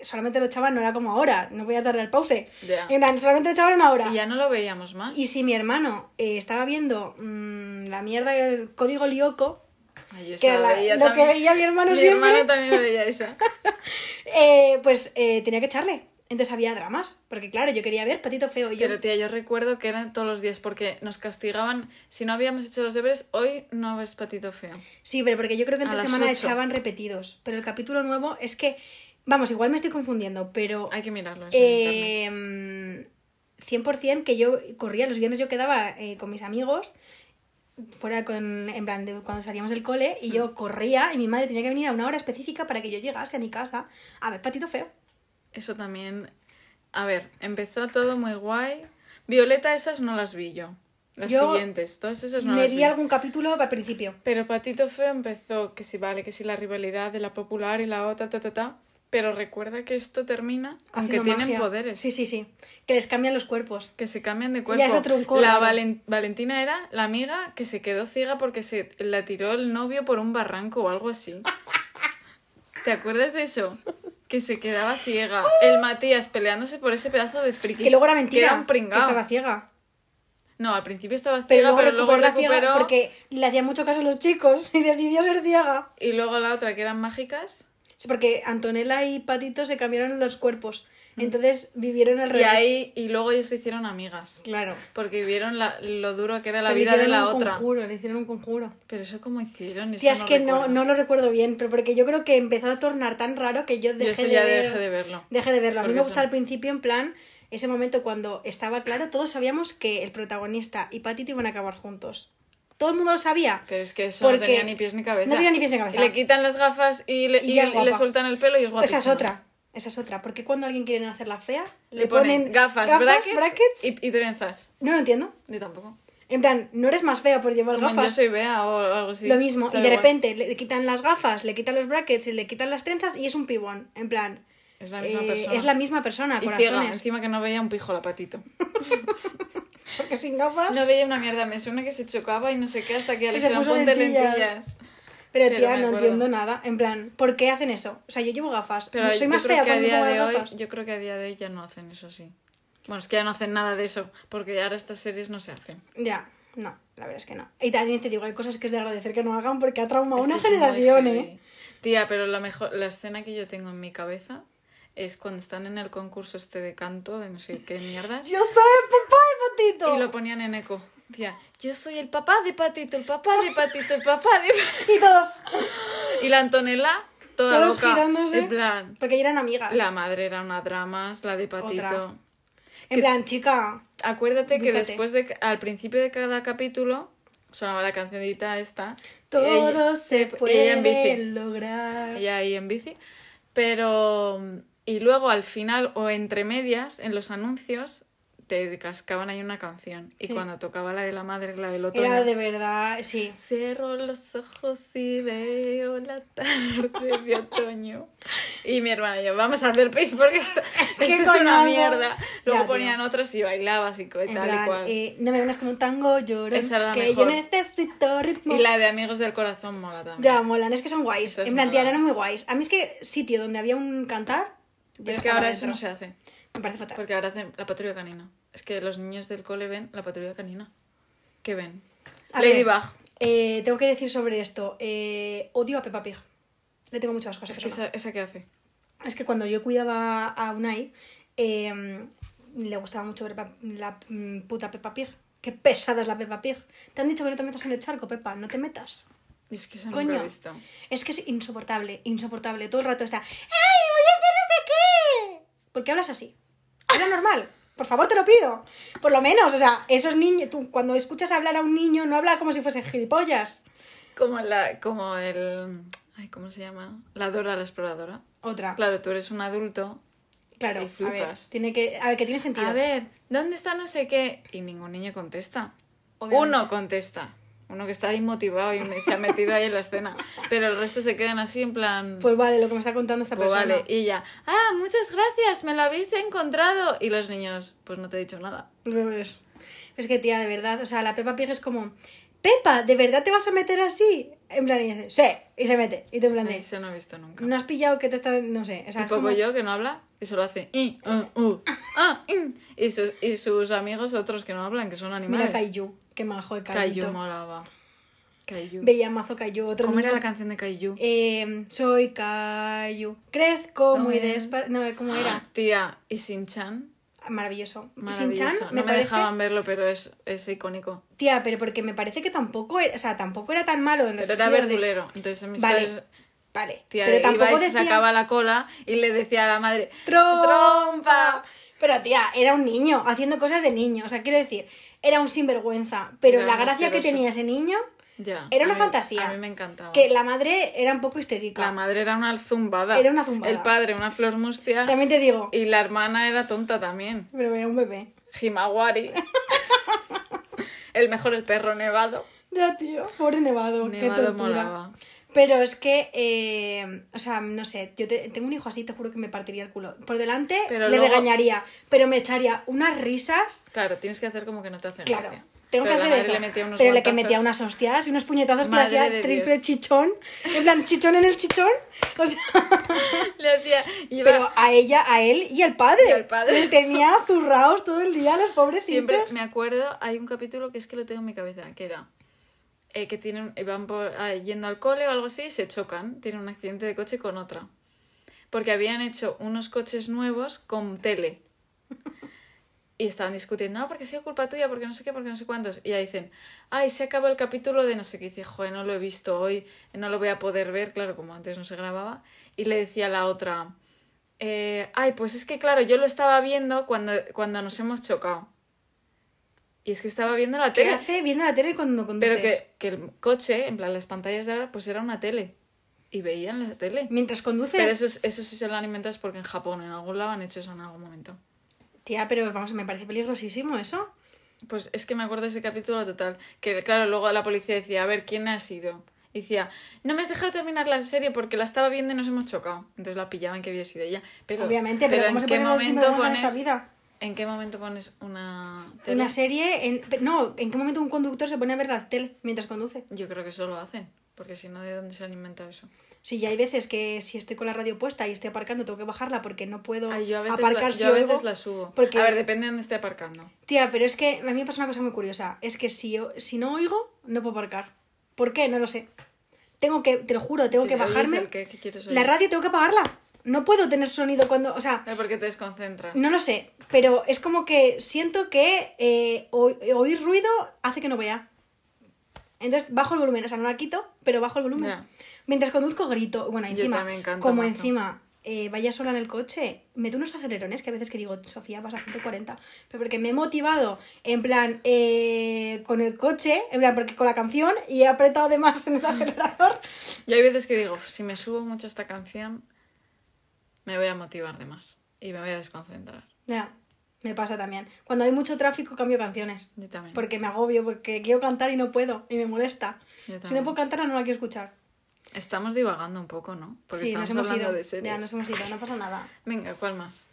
B: solamente lo echaban, no era como ahora, no voy a darle al pause.
A: Ya.
B: En plan, solamente lo echaban una hora.
A: Y ya no lo veíamos más.
B: Y si mi hermano eh, estaba viendo mm, la mierda del código Lyoko,
A: Ay, yo esa
B: que
A: la
B: la-
A: veía
B: lo que
A: también.
B: veía mi hermano
A: mi
B: siempre.
A: hermano también la veía esa.
B: eh, pues eh, tenía que echarle. Entonces había dramas, porque claro, yo quería ver Patito Feo y yo...
A: Pero tía, yo recuerdo que eran todos los días porque nos castigaban. Si no habíamos hecho los deberes, hoy no ves patito feo.
B: Sí, pero porque yo creo que
A: A
B: entre
A: las
B: semana
A: ocho.
B: echaban repetidos. Pero el capítulo nuevo es que. Vamos, igual me estoy confundiendo, pero.
A: Hay que mirarlo. eso en internet.
B: eh, mm, 100% que yo corría los viernes, yo quedaba eh, con mis amigos, fuera con. En plan, de cuando salíamos del cole, y
A: Mm.
B: yo corría, y mi madre tenía que venir a una hora específica para que yo llegase a mi casa a ver Patito Feo.
A: Eso también. A ver, empezó todo muy guay. Violeta, esas no las vi yo. Las
B: Yo
A: siguientes, todas esas no
B: me
A: las
B: vi
A: vi.
B: algún capítulo al principio.
A: Pero Patito Feo empezó que si vale, que si la rivalidad de la popular y la otra, ta, ta, ta. Pero recuerda que esto termina con que
B: haciendo
A: tienen
B: magia.
A: poderes.
B: Sí, sí, sí. Que les cambian los cuerpos.
A: Que se cambian de cuerpo.
B: Ya es otro un
A: la
B: raro.
A: Valen- Valentina era la amiga que se quedó ciega porque se la tiró el novio por un barranco o algo así. ¿Te acuerdas de eso? Que se quedaba ciega. El Matías peleándose por ese pedazo de friki.
B: Que luego era
A: Que
B: mentira.
A: era un
B: que
A: pringao.
B: estaba ciega.
A: No, al principio estaba
B: Pero
A: ciega,
B: luego
A: pero luego,
B: recuperó la
A: recuperó.
B: ciega porque le hacían mucho caso a los chicos y decidió ser ciega.
A: Y luego la otra, que eran mágicas.
B: Sí, porque Antonella y Patito se cambiaron los cuerpos. Entonces vivieron al
A: Mm. Y
B: revés.
A: ahí, y luego ellos se hicieron amigas.
B: Claro.
A: Porque vieron la- lo duro que era la
B: Pero
A: vida de
B: hicieron
A: la
B: un
A: otra.
B: Conjuro, le hicieron un conjuro.
A: Pero eso cómo hicieron, eso
B: Tía, es
A: no
B: que no,
A: recuerdo.
B: no lo recuerdo bien, pero porque yo creo que empezó a tornar tan raro que yo
A: Yo
B: dejé
A: eso
B: de
A: ya
B: ver.
A: dejé de verlo.
B: Dejé de verlo. A mí
A: Porque
B: me gusta
A: son-
B: al principio, en plan, ese momento cuando estaba claro, todos sabíamos que el protagonista y Patito iban a acabar juntos. Todo el mundo lo sabía.
A: Pero es que eso no
B: Porque
A: tenía ni pies ni cabeza.
B: no tenía ni pies ni cabeza.
A: Le quitan las gafas y le,
B: Y
A: y
B: ya es
A: le
B: guapa.
A: sueltan el pelo y es guapísima.
B: Esa es otra. Esa es otra. Porque cuando alguien quiere hacer la fea,
A: Le, ponen, gafas, brackets, Y, y trenzas.
B: No lo entiendo.
A: Yo tampoco.
B: En plan, no eres más fea por llevar
A: Como en Yo
B: gafas.
A: soy Bea o algo así.
B: lo mismo.
A: Está
B: Y de
A: igual.
B: repente le quitan las gafas, le quitan los brackets y le quitan las trenzas y es un pibón. En plan,
A: Es la misma
B: eh,
A: persona.
B: es la misma persona,
A: Y
B: corazones.
A: ciega, encima que no veía un pijo la patito.
B: Porque sin gafas.
A: No veía una mierda, me suena que se chocaba y no sé qué hasta que le
B: se
A: dijeron
B: puso
A: ponte lentillas.
B: lentillas". pero
A: pero
B: tía,
A: me
B: no
A: acuerdo.
B: entiendo nada. En plan, ¿por qué hacen eso? O sea, yo llevo gafas.
A: Pero
B: soy
A: yo
B: más
A: creo
B: fea
A: que a
B: cuando
A: día
B: llevo
A: de
B: las
A: hoy,
B: gafas.
A: yo creo que a día de hoy ya no hacen eso sí. Bueno, es que ya no hacen nada de eso, porque ahora estas series no se hacen.
B: Ya, no, la verdad es que no. Y también te digo, hay cosas que es de agradecer que no hagan porque ha traumado
A: Es
B: una
A: que es muy
B: generación,
A: heavy.
B: ¿eh?
A: Tía, pero la mejor la escena que yo tengo en mi cabeza es cuando están en el concurso este de canto de no sé qué mierdas
B: Yo soy el papá de Patito.
A: y lo ponían en eco. Decía, yo soy el papá de Patito, el papá de Patito, el papá de Patito.
B: Y todos,
A: Y la Antonella, toda
B: Todos
A: loca.
B: girándose.
A: En plan,
B: porque eran amigas.
A: la madre era una drama, es la de Patito.
B: Otra. En plan, chica,
A: Acuérdate que
B: Búscate.
A: después de, ca- al principio de cada capítulo, sonaba la cancionita esta.
B: todo
A: y ella-
B: se
A: y
B: puede
A: ella en bici.
B: lograr.
A: Ella ahí en bici. Pero. Y luego al final o entre medias, en los anuncios, te cascaban ahí una canción. Y
B: Sí.
A: cuando tocaba la de la madre, la del otoño.
B: Era de verdad, sí.
A: Cierro los ojos y veo la tarde de otoño. Y mi hermana y yo, vamos a hacer pis porque esto,
B: ¿Qué
A: esto es una
B: coñazo?
A: mierda. Luego
B: Ya,
A: ponían
B: tío.
A: otras y bailabas y co- y
B: En
A: tal y
B: plan,
A: cual.
B: eh, no me vengas con un tango llorón,
A: Esa era la
B: que yo
A: mejor.
B: necesito ritmo.
A: Y la de Amigos del Corazón mola también.
B: Ya, molan, es que son guays.
A: Esas
B: en plan, tía,
A: molan.
B: eran muy guays. A mí es que sitio donde había un cantar... yo
A: es que
B: estaba
A: ahora eso
B: dentro.
A: no se hace.
B: Me parece fatal.
A: Porque ahora hacen la patrulla canina. Es que los niños del cole ven la patrulla canina. ¿Qué ven?
B: A ver,
A: Ladybug.
B: eh, tengo que decir sobre esto. eh, odio a Peppa Pig. Le tengo mucho asco a esa
A: Es que
B: persona.
A: esa, esa que hace.
B: Es que cuando yo cuidaba a Unai, eh, le gustaba mucho ver pa- la mm, puta Peppa Pig. Qué pesada es la Peppa Pig. Te han dicho que no te metas en el charco, Peppa, no te metas.
A: Y es que esa nunca
B: Coño.
A: he visto.
B: Es que es insoportable, insoportable. Todo el rato está, ¡ay, voy a hacer no sé qué! ¿Por qué hablas así? Era normal. Por favor, te lo pido. Por lo menos, o sea, esos niños, tú cuando escuchas hablar a un niño, no habla como si fuese gilipollas.
A: Como, la, como el... Ay, ¿cómo se llama? La Dora la Exploradora.
B: Otra.
A: Claro, tú eres un adulto.
B: Claro,
A: Y
B: a ver,
A: flipas.
B: tiene que, a ver, que tiene sentido.
A: A ver, ¿dónde está no sé qué? Y ningún niño contesta.
B: Obviamente.
A: Uno contesta. Uno que está ahí motivado y me- se ha metido ahí en la escena. Pero el resto se quedan así en plan...
B: Pues vale, lo que me está contando esta
A: Pues
B: persona.
A: vale, y ella, ah, muchas gracias, me lo habéis encontrado. Y los niños, pues no te he dicho nada.
B: Lo ves. Pues, Es que, tía, de verdad, o sea, la Pepa Pig es como, Pepa, ¿de verdad te vas a meter así? En plan, y dice, sí, y se mete. Y te en plan, de,
A: Eso no he visto nunca.
B: no has pillado que te está, no sé, o sea,
A: Y
B: es
A: Popo
B: como-
A: yo que no habla y solo hace "I, ah, uh, ah, in". y, sus- y sus amigos otros que no hablan, que son animales.
B: Mira Kaiju, qué majo el
A: Caillou
B: Kaiju.
A: molaba. Caillou.
B: Veía mazo Kaiju, otro
A: ¿Cómo era
B: niño,
A: la canción de Caillou?
B: eh, soy Kaiju, crezco
A: No,
B: muy
A: eh.
B: despacio. No, ¿cómo era?
A: Tía, y Sin Chan.
B: Maravilloso.
A: Maravilloso.
B: Shin-chan,
A: no
B: me
A: me
B: parece.
A: dejaban verlo, pero es, es icónico.
B: Tía, pero porque me parece que tampoco era, o sea, tampoco era tan malo en el
A: Pero era
B: sentido de-
A: verdulero. Entonces mis
B: Vale.
A: padres.
B: Vale.
A: Tía,
B: pero
A: iba
B: tampoco
A: y se
B: decían-
A: sacaba la cola y le decía a la madre:
B: ¡Trompa! Pero tía, era un niño, haciendo cosas de niño. O sea, quiero decir, era un sinvergüenza. Pero
A: Era
B: la
A: un
B: gracia que
A: asqueroso.
B: tenía ese niño,
A: Ya.
B: Era una
A: a mí-
B: fantasía.
A: A mí me encantaba.
B: que la madre era un poco histérica.
A: La madre era una zumbada.
B: Era una zumbada.
A: El padre, una flor mustia.
B: También te digo,
A: Y la hermana era tonta también.
B: pero era un bebé.
A: Himawari. el mejor, el perro nevado.
B: Ya, tío, pobre nevado, qué
A: Nevado
B: tortura.
A: molaba.
B: Pero es que, eh, o sea, no sé, yo te- tengo un hijo así, te juro que me partiría el culo. Por delante
A: Pero
B: le
A: luego-
B: regañaría, pero me echaría unas risas.
A: Claro, tienes que hacer como que no te hace
B: Claro,
A: gracia. Pero
B: tengo que
A: la
B: hacer
A: madre
B: eso.
A: Le metía unos
B: pero le que
A: guantazos.
B: metía unas hostias y unos puñetazos que le
A: Madre
B: hacía
A: de
B: triple
A: Dios.
B: chichón. En plan, chichón en el chichón. O sea,
A: Le hacía. iba-
B: pero a ella, a él y al padre.
A: Y al padre.
B: Les tenía zurraos todo el día, los pobrecitos.
A: Siempre me acuerdo, hay un capítulo que es que lo tengo en mi cabeza, que era eh, que tienen, van por- ah, yendo al cole o algo así y se chocan, tienen un accidente de coche con otra. Porque habían hecho unos coches nuevos con tele. Y estaban discutiendo, no, porque ha sido culpa tuya, porque no sé qué, porque no sé cuántos. Y ya dicen, ay, se acabó el capítulo de no sé qué. Y dice, joder, no lo he visto hoy, no lo voy a poder ver, claro, como antes no se grababa. Y le decía a la otra, eh, ay, pues es que claro, yo lo estaba viendo cuando, cuando nos hemos chocado. Y es que estaba viendo la
B: ¿Qué
A: tele.
B: hace viendo la tele cuando conduces?
A: Pero que, que el coche, en plan las pantallas de ahora, pues era una tele. Y veían la tele.
B: Mientras conduces.
A: Pero eso, es- eso sí se lo han inventado es porque en Japón, en algún lado han hecho eso en algún momento.
B: Tía, pero vamos, me parece peligrosísimo eso.
A: Pues es que me acuerdo de ese capítulo total. Que claro, luego la policía decía, a ver, ¿quién ha sido? Y decía, no me has dejado terminar la serie porque la estaba viendo y nos hemos chocado. Entonces la pillaban que había sido ella. Pero,
B: Obviamente, pero, ¿cómo
A: ¿en
B: se
A: qué
B: puede ser
A: momento
B: sinvergüenza en
A: pones
B: esta vida?
A: ¿En qué momento pones una tele?
B: Una serie. En... pero No, ¿en qué momento un conductor se pone a ver la tele mientras conduce?
A: Yo creo que eso lo hacen, porque si no, ¿de dónde se han inventado eso?
B: Sí, ya hay veces que si estoy con la radio puesta y estoy aparcando, tengo que bajarla porque no puedo
A: Ay, yo a veces,
B: aparcar
A: la,
B: si
A: yo a
B: oigo.
A: veces la subo.
B: porque-
A: A ver, depende de dónde esté aparcando.
B: Tía, pero es que a mí me pasa una cosa muy curiosa. Es que si, o- si no oigo, no puedo aparcar. ¿Por qué? No lo sé. Tengo que, te lo juro, tengo
A: Sí,
B: que
A: oyes
B: bajarme.
A: el que- que quieres oír.
B: la radio tengo que apagarla. No puedo tener sonido cuando. O sea,
A: Es porque te desconcentras.
B: no lo sé, pero es como que siento que eh, o- oír ruido hace que no vea. Entonces bajo el volumen, o sea, no la quito, pero bajo el volumen.
A: Ya.
B: Mientras conduzco grito, bueno,
A: Yo
B: encima,
A: también canto
B: como
A: mazo.
B: encima eh, vaya sola en el coche, meto unos acelerones que a veces que digo, Sofía, vas a 140, pero porque me he motivado en plan eh, con el coche, en plan porque con la canción y he apretado de más en el acelerador.
A: Yo hay veces que digo, "Uf, si me subo mucho a esta canción, me voy a motivar de más y me voy a desconcentrar.
B: Ya, me pasa también. Cuando hay mucho tráfico cambio canciones.
A: Yo también.
B: Porque me agobio, porque quiero cantar y no puedo, y me molesta.
A: Yo
B: Si no
A: también.
B: puedo cantar, no la quiero escuchar.
A: Estamos divagando un poco, ¿no? Porque
B: sí,
A: estamos
B: nos hemos
A: hablando
B: ido.
A: de series.
B: Ya, nos hemos ido, no pasa nada.
A: Venga, ¿cuál más?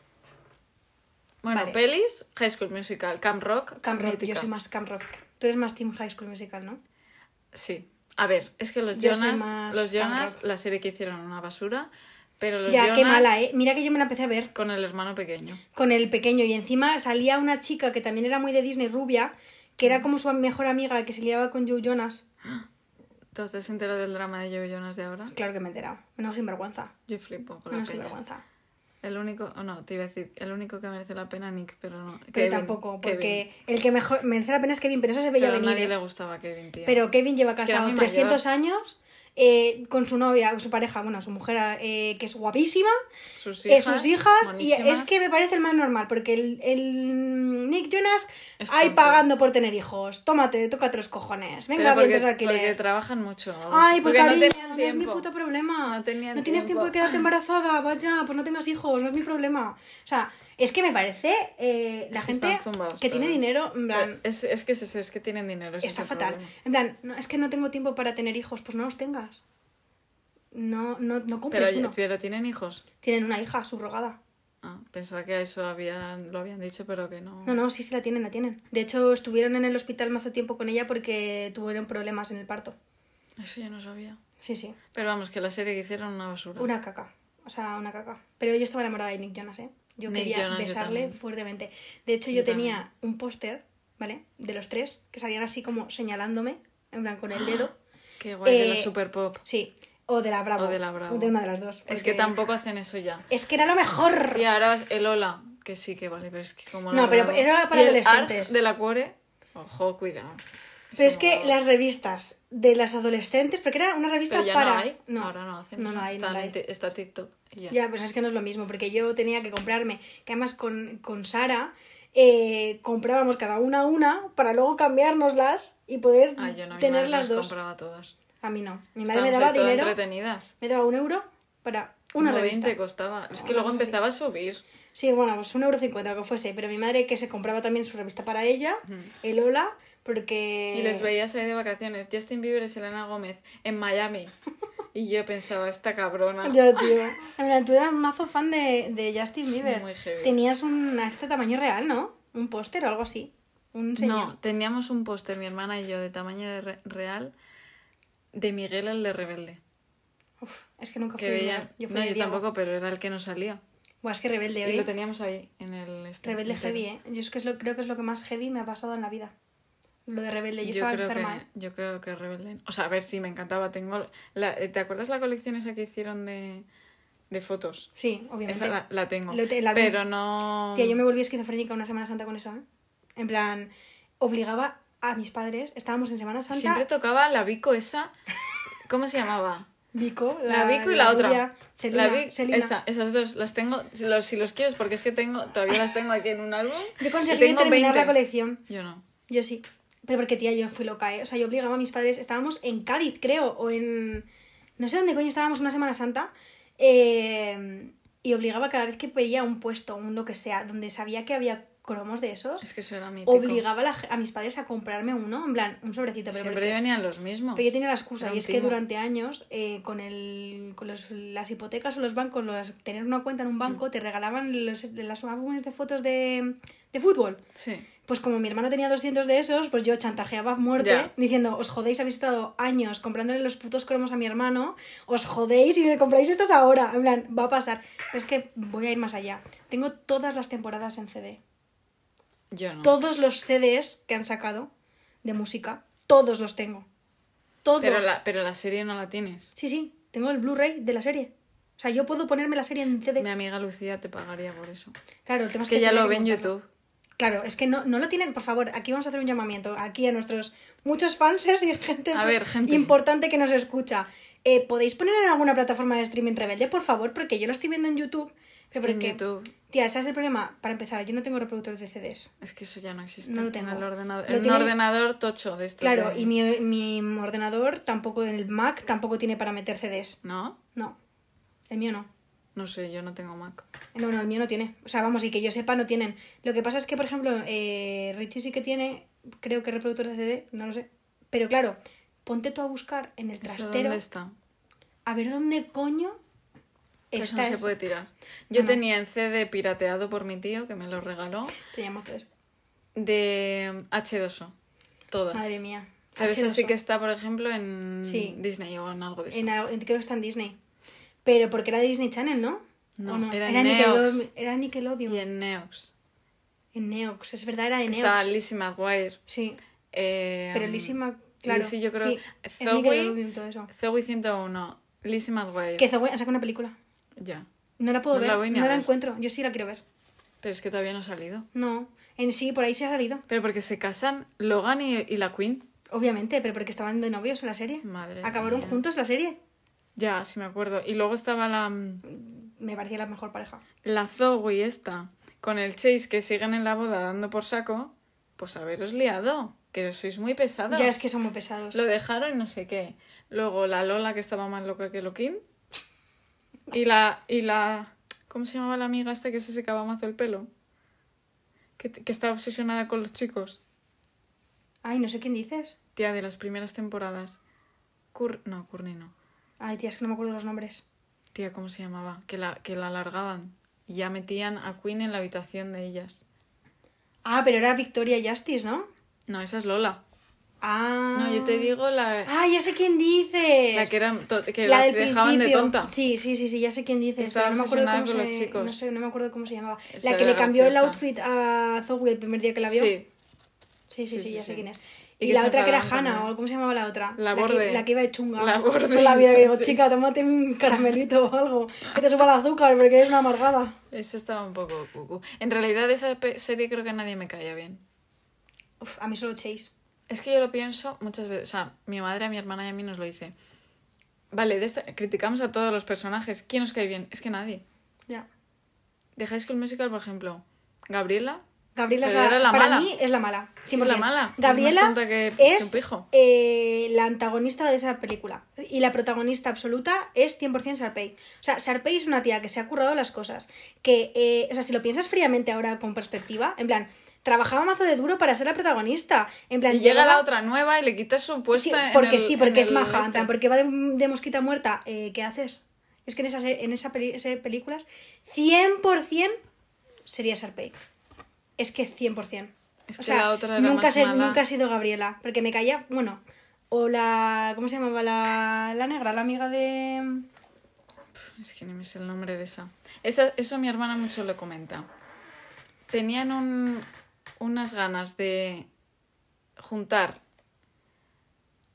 A: Bueno,
B: Vale.
A: pelis, High School Musical, Camp Rock,
B: Camp rock,
A: mítica.
B: yo soy más camp rock. Tú eres más Team High School Musical, ¿no?
A: Sí. A ver, es que los
B: Yo soy
A: Jonas,
B: más
A: los
B: Camp
A: Jonas,
B: Rock.
A: la serie que hicieron una basura, pero los
B: ya,
A: Jonas
B: qué mala, ¿eh? Mira que yo me la empecé a ver
A: con el hermano pequeño.
B: con el pequeño y encima salía una chica que también era muy de Disney, rubia, que
A: Mm.
B: era como su mejor amiga que se liaba con Joe Jonas.
A: ¿Tú has enterado del drama de Joe Jonas de ahora?
B: Claro que me he enterado. No, sinvergüenza.
A: Yo flipo con
B: No,
A: lo que ella.
B: sinvergüenza.
A: El único, oh, no, te iba a decir, el único que merece la pena Nick, pero no.
B: Pero
A: Kevin,
B: tampoco, porque
A: Kevin.
B: el que mejor merece la pena es Kevin, pero eso se veía
A: Pero a
B: venir.
A: nadie
B: ¿eh?
A: le gustaba a Kevin, tía.
B: Pero Kevin lleva
A: Es que era
B: casado
A: muy
B: 300 años eh, con su novia, con su pareja, bueno, su mujer, eh, que es guapísima,
A: sus
B: eh,
A: hijas,
B: sus hijas, y
A: monísimas.
B: es que me parece el más normal, porque el, el Nick Jonas
A: Es
B: ahí
A: tonto.
B: pagando por tener hijos. Tómate, tócate los cojones.
A: Pero
B: Venga,
A: porque,
B: vienes
A: porque
B: alquiler.
A: trabajan mucho. o algo
B: Ay,
A: así.
B: pues
A: Porque
B: cariño,
A: no tenían
B: no es mi
A: tiempo.
B: puto problema.
A: No tenían
B: tienes tiempo de
A: tiempo.
B: quedarte embarazada, vaya, pues no tengas hijos, no es mi problema. O sea, es que me parece eh, la
A: Es que
B: gente
A: están zumbados Eh,
B: que tiene
A: todos.
B: dinero, en plan,
A: Es, es que es eso, es que tienen dinero. ese
B: está
A: Pues es el
B: fatal.
A: problema.
B: En plan, no, es que no tengo tiempo para tener hijos, pues no los tengas. No, no, no
A: Pero,
B: cumples uno.
A: pero tienen hijos.
B: Tienen una hija subrogada.
A: Ah, pensaba que a eso habían, lo habían dicho, pero que no.
B: No, no, sí, sí la tienen, la tienen. De hecho, estuvieron en el hospital más tiempo con ella porque tuvieron problemas en el parto.
A: Eso yo no sabía.
B: Sí, sí.
A: Pero vamos, que la serie que hicieron una basura.
B: Ah. Una caca. O sea, una caca. Pero yo estaba enamorada de Nick Jonas, ¿eh? Yo
A: Nick
B: quería
A: Jonas, yo
B: besarle
A: también.
B: fuertemente. De hecho, yo,
A: Yo
B: tenía un póster, ¿vale? De los tres, que salían así como señalándome, en plan con el dedo.
A: Qué guay de la
B: Eh,
A: super pop.
B: Sí. O de la Bravo.
A: O de la Bravo.
B: de una de las dos.
A: Es que
B: porque-
A: tampoco hacen eso ya.
B: Es que era lo mejor.
A: Tía, ahora es el hola, que sí que vale, pero es que como
B: No, pero
A: grabo.
B: era para
A: Y el
B: adolescentes.
A: Arz de la cuore, ojo, cuidado. Eso
B: Pero es
A: no
B: que
A: va.
B: las revistas de las adolescentes, porque era una revista
A: Pero ya
B: para.
A: no hay, ahora no hacen.
B: No,
A: eso.
B: no hay, no
A: Están
B: la
A: en
B: hay.
A: ti- está TikTok y ya.
B: Ya, pues es que no es lo mismo, porque yo tenía que comprarme, que además con, con Sara eh, comprábamos cada una una para luego cambiárnoslas y poder
A: Ah, yo no, mi
B: tener
A: madre
B: las dos.
A: compraba todas.
B: A mí no. Mi madre
A: Estaban
B: me daba
A: todo
B: dinero,
A: entretenidas.
B: me daba un euro para una
A: Una
B: revista. Ah,
A: 20 costaba. Es que
B: Una
A: luego
B: cosa así.
A: empezaba a subir.
B: Sí, bueno, pues un euro cincuenta, lo que fuese, pero mi madre que se compraba también su revista para ella, el Hola, porque...
A: Y les veías ahí de vacaciones. Justin Bieber y Selena Gómez en Miami. Y yo pensaba, esta cabrona.
B: Ya, tío. En plan, tú eras un mazo fan de, de Justin Bieber.
A: Muy heavy.
B: Tenías un a este tamaño real, ¿no? Un póster o algo así. Un señor.
A: No, teníamos un póster, mi hermana y yo, de tamaño de re- real, de Miguel el de Rebelde.
B: Uf, es que nunca fui
A: Que
B: de
A: veía.
B: Miguel. Yo fui
A: no,
B: de
A: yo
B: Diego.
A: tampoco, pero era el que nos salía.
B: Buah, es que rebelde,
A: Y lo
B: ¿eh?
A: teníamos ahí, en el. este,
B: Rebelde
A: entero.
B: heavy, ¿eh? Yo es que es lo, creo que es lo que más heavy me ha pasado en la vida. Lo de rebelde.
A: Yo
B: Yo, estaba
A: creo,
B: enferma, ¿eh?
A: que, yo creo que Rebelde. O sea, a ver si me encantaba. Tengo. la- ¿Te acuerdas la colección esa que hicieron de, de fotos?
B: Sí, obviamente.
A: Esa la, la tengo.
B: Lo te- la-
A: pero no.
B: Tía, yo me volví esquizofrénica una Semana Santa con eso, ¿eh? En plan, obligaba a mis padres, estábamos en Semana Santa...
A: Siempre tocaba la Vico esa. ¿Cómo se llamaba?
B: Vico,
A: La Vico y la otra.
B: rubia, Celina,
A: la Vic-
B: Selina.
A: esa, esas dos. Las tengo, si los, si los quieres, porque es que tengo, todavía las tengo aquí en un álbum.
B: Yo
A: Y
B: conseguí
A: tengo
B: terminar
A: 20.
B: la colección.
A: Yo no.
B: Yo sí. Pero porque, tía, yo fui loca, ¿eh? O sea, yo obligaba a mis padres. Estábamos en Cádiz, creo, o en. No sé dónde coño estábamos una Semana Santa. eh, y obligaba cada vez que veía un puesto, un lo que sea, donde sabía que había cromos de esos,
A: Es que eso era mítico.
B: obligaba a, la ge- a mis padres a comprarme uno, en plan, un sobrecito. Pero,
A: Siempre
B: porque-
A: venían los mismos.
B: pero yo tenía la excusa,
A: Era
B: y
A: un
B: es que
A: timo.
B: durante años, eh, con, el, con los- las hipotecas o los bancos, los- tener una cuenta en un
A: Mm.
B: banco, te regalaban los, los álbumes de fotos de, de fútbol.
A: Sí.
B: Pues como mi hermano tenía 200 de esos, pues yo chantajeaba a muerte
A: Ya.
B: diciendo, os jodéis, habéis estado años comprándole los putos cromos a mi hermano, os jodéis y me compráis estos ahora. En plan, va a pasar. Pero es que voy a ir más allá. Tengo todas las temporadas en CD.
A: Yo no.
B: Todos los CDs que han sacado de música, todos los tengo. Todo.
A: Pero la, pero la serie no la tienes.
B: Sí, sí, tengo el Blu-ray de la serie. O sea, yo puedo ponerme la serie en CD.
A: Mi amiga Lucía te pagaría por eso.
B: Claro, el tema
A: Es que ya
B: tendría
A: lo ve en
B: montarlo.
A: YouTube.
B: Claro, es que no, no lo tienen, por favor, aquí vamos a hacer un llamamiento, aquí a nuestros muchos fanses y gente,
A: A ver, gente.
B: importante que nos escucha. Eh, ¿Podéis poner en alguna plataforma de streaming rebelde, por favor? Porque yo lo estoy viendo en YouTube.
A: Es que
B: Pero
A: en
B: que-
A: YouTube.
B: Tía, ese es el problema. Para empezar, yo no tengo reproductor de CDs.
A: Es que eso ya no existe.
B: No lo
A: en
B: tengo.
A: el ordenador,
B: Lo
A: en
B: tiene-
A: un ordenador tocho de estos.
B: Claro,
A: de-
B: y mi, mi ordenador tampoco, en el Mac, tampoco tiene para meter CDs.
A: ¿No?
B: No, el mío no.
A: No sé, yo no tengo Mac.
B: No, no, el mío no tiene. O sea, vamos, y que yo sepa, no tienen. Lo que pasa es que, por ejemplo, eh, Richie sí que tiene, creo que reproductor de CD, no lo sé. Pero claro, ponte tú a buscar en el
A: ¿Eso
B: trastero
A: dónde está?
B: a ver dónde coño
A: Pero eso
B: está
A: no se
B: eso.
A: puede tirar. Yo
B: No, no.
A: tenía en CD pirateado por mi tío, que me lo regaló,
B: Te llamo CDs.
A: de H2O. Todas.
B: Madre mía.
A: Pero eso
B: H2O.
A: sí que está, por ejemplo, en
B: Sí.
A: Disney o en algo de eso.
B: En algo- en- creo que está en Disney. Pero porque era Disney Channel, ¿no?
A: No,
B: ¿O
A: era en
B: Nickelodeon.
A: Neox.
B: Era Nickelodeon.
A: Y en Neox.
B: En Neox, es verdad, era de
A: que
B: Neox.
A: Está Lizzie McGuire.
B: Sí,
A: eh,
B: pero Lizzie Mac- claro.
A: Lizzie, yo creo.
B: Sí, en
A: Zoe,
B: Nickelodeon, todo eso.
A: Zoe 101. Lizzie McGuire.
B: Que Zoe ha sacado una película.
A: Ya.
B: No la puedo
A: No
B: ver,
A: la voy ni
B: no
A: a
B: la
A: ver.
B: encuentro. Yo sí la quiero ver.
A: Pero es que todavía no ha salido.
B: No, en sí, por ahí se ha salido.
A: Pero porque se casan Logan y, y la Queen.
B: Obviamente, pero porque estaban de novios en la serie.
A: Madre
B: Acabaron
A: mía.
B: juntos la serie.
A: Ya, sí me acuerdo. Y luego estaba la,
B: Me parecía la mejor pareja.
A: la Zoe esta, con el Chase que siguen en la boda dando por saco. Pues haberos liado, que sois muy pesados.
B: Ya es que son muy pesados.
A: Lo dejaron no sé qué. Luego la Lola que estaba más loca que Loquín. Y la, y la... ¿Cómo se llamaba la amiga esta que se secaba mazo el pelo? Que, que estaba obsesionada con los chicos.
B: Ay, no sé quién dices.
A: Tía, de las primeras temporadas. Cur... No, Curni no.
B: Ay, tía, es que no me acuerdo los nombres.
A: Tía, ¿cómo se llamaba? Que la, que la alargaban. Y ya metían a Queen en la habitación de ellas.
B: Ah, pero era Victoria Justice, ¿no?
A: No, esa es Lola.
B: Ah.
A: No, yo te digo la,
B: Ah, ya sé quién dices.
A: la que, era, to- que
B: La
A: la
B: del
A: dejaban de
B: principio.
A: tonta.
B: Sí, sí, sí, sí, ya sé quién dices.
A: Estaba
B: pero no me acuerdo
A: obsesionada
B: cómo
A: con
B: se,
A: los chicos.
B: No, sé, no me acuerdo cómo se llamaba.
A: Esa
B: la que
A: era
B: le cambió el
A: graciosa.
B: outfit a Zoe el primer día que la vio.
A: Sí,
B: Sí, sí, sí,
A: Sí, sí,
B: ya sé
A: sí.
B: quién es.
A: Y
B: Y,
A: que
B: la
A: se
B: otra que era
A: enfadaban
B: Hannah,
A: también.
B: o ¿cómo se llamaba la otra?
A: La Borde.
B: Que, la que iba de chunga.
A: La Borde,
B: Por la vida
A: sí,
B: que digo,
A: sí.
B: chica, tómate un caramelito o algo. Que te suba el azúcar porque eres una amargada.
A: esa estaba un poco cucú. En realidad esa pe- serie creo que a nadie me caía bien.
B: Uf, a mí solo Chase.
A: Es que yo lo pienso muchas veces. O sea, mi madre, a mi hermana y a mí nos lo dice. Vale, de esta- criticamos a todos los personajes. ¿Quién os cae bien? Es que nadie.
B: Ya.
A: De High School Musical, por ejemplo, Gabriela.
B: Gabriela es
A: Pero
B: la,
A: era la
B: para
A: mala.
B: mí es la mala.
A: Sí, es la
B: 100%.
A: mala. Es más
B: Gabriela
A: tonta que- que
B: es,
A: un pijo.
B: eh, la antagonista de esa película. Y la protagonista absoluta es 100% Sarpey. O sea, Sarpey es una tía que se ha currado las cosas. Que, eh, o sea, si lo piensas fríamente ahora con perspectiva, en plan, trabajaba mazo de duro para ser la protagonista. En plan,
A: Y llega
B: llegaba-
A: la otra nueva y le quita su puesto.
B: Sí,
A: en
B: porque
A: el-
B: sí,
A: en
B: porque es
A: el
B: maja. en
A: este.
B: plan, porque va de, de mosquita muerta. eh, ¿Qué haces? Es que en esas, en esas peli- esas películas, 100% sería Sarpey. Es que 100%.
A: Es
B: o
A: que
B: sea,
A: la otra era
B: nunca,
A: más
B: se-
A: mala.
B: nunca ha sido Gabriela. Porque me caía, bueno, o la. ¿Cómo se llamaba? La, la negra, la amiga de.
A: Es que ni me sé el nombre de esa. esa eso mi hermana mucho lo comenta. Tenían un- unas ganas de juntar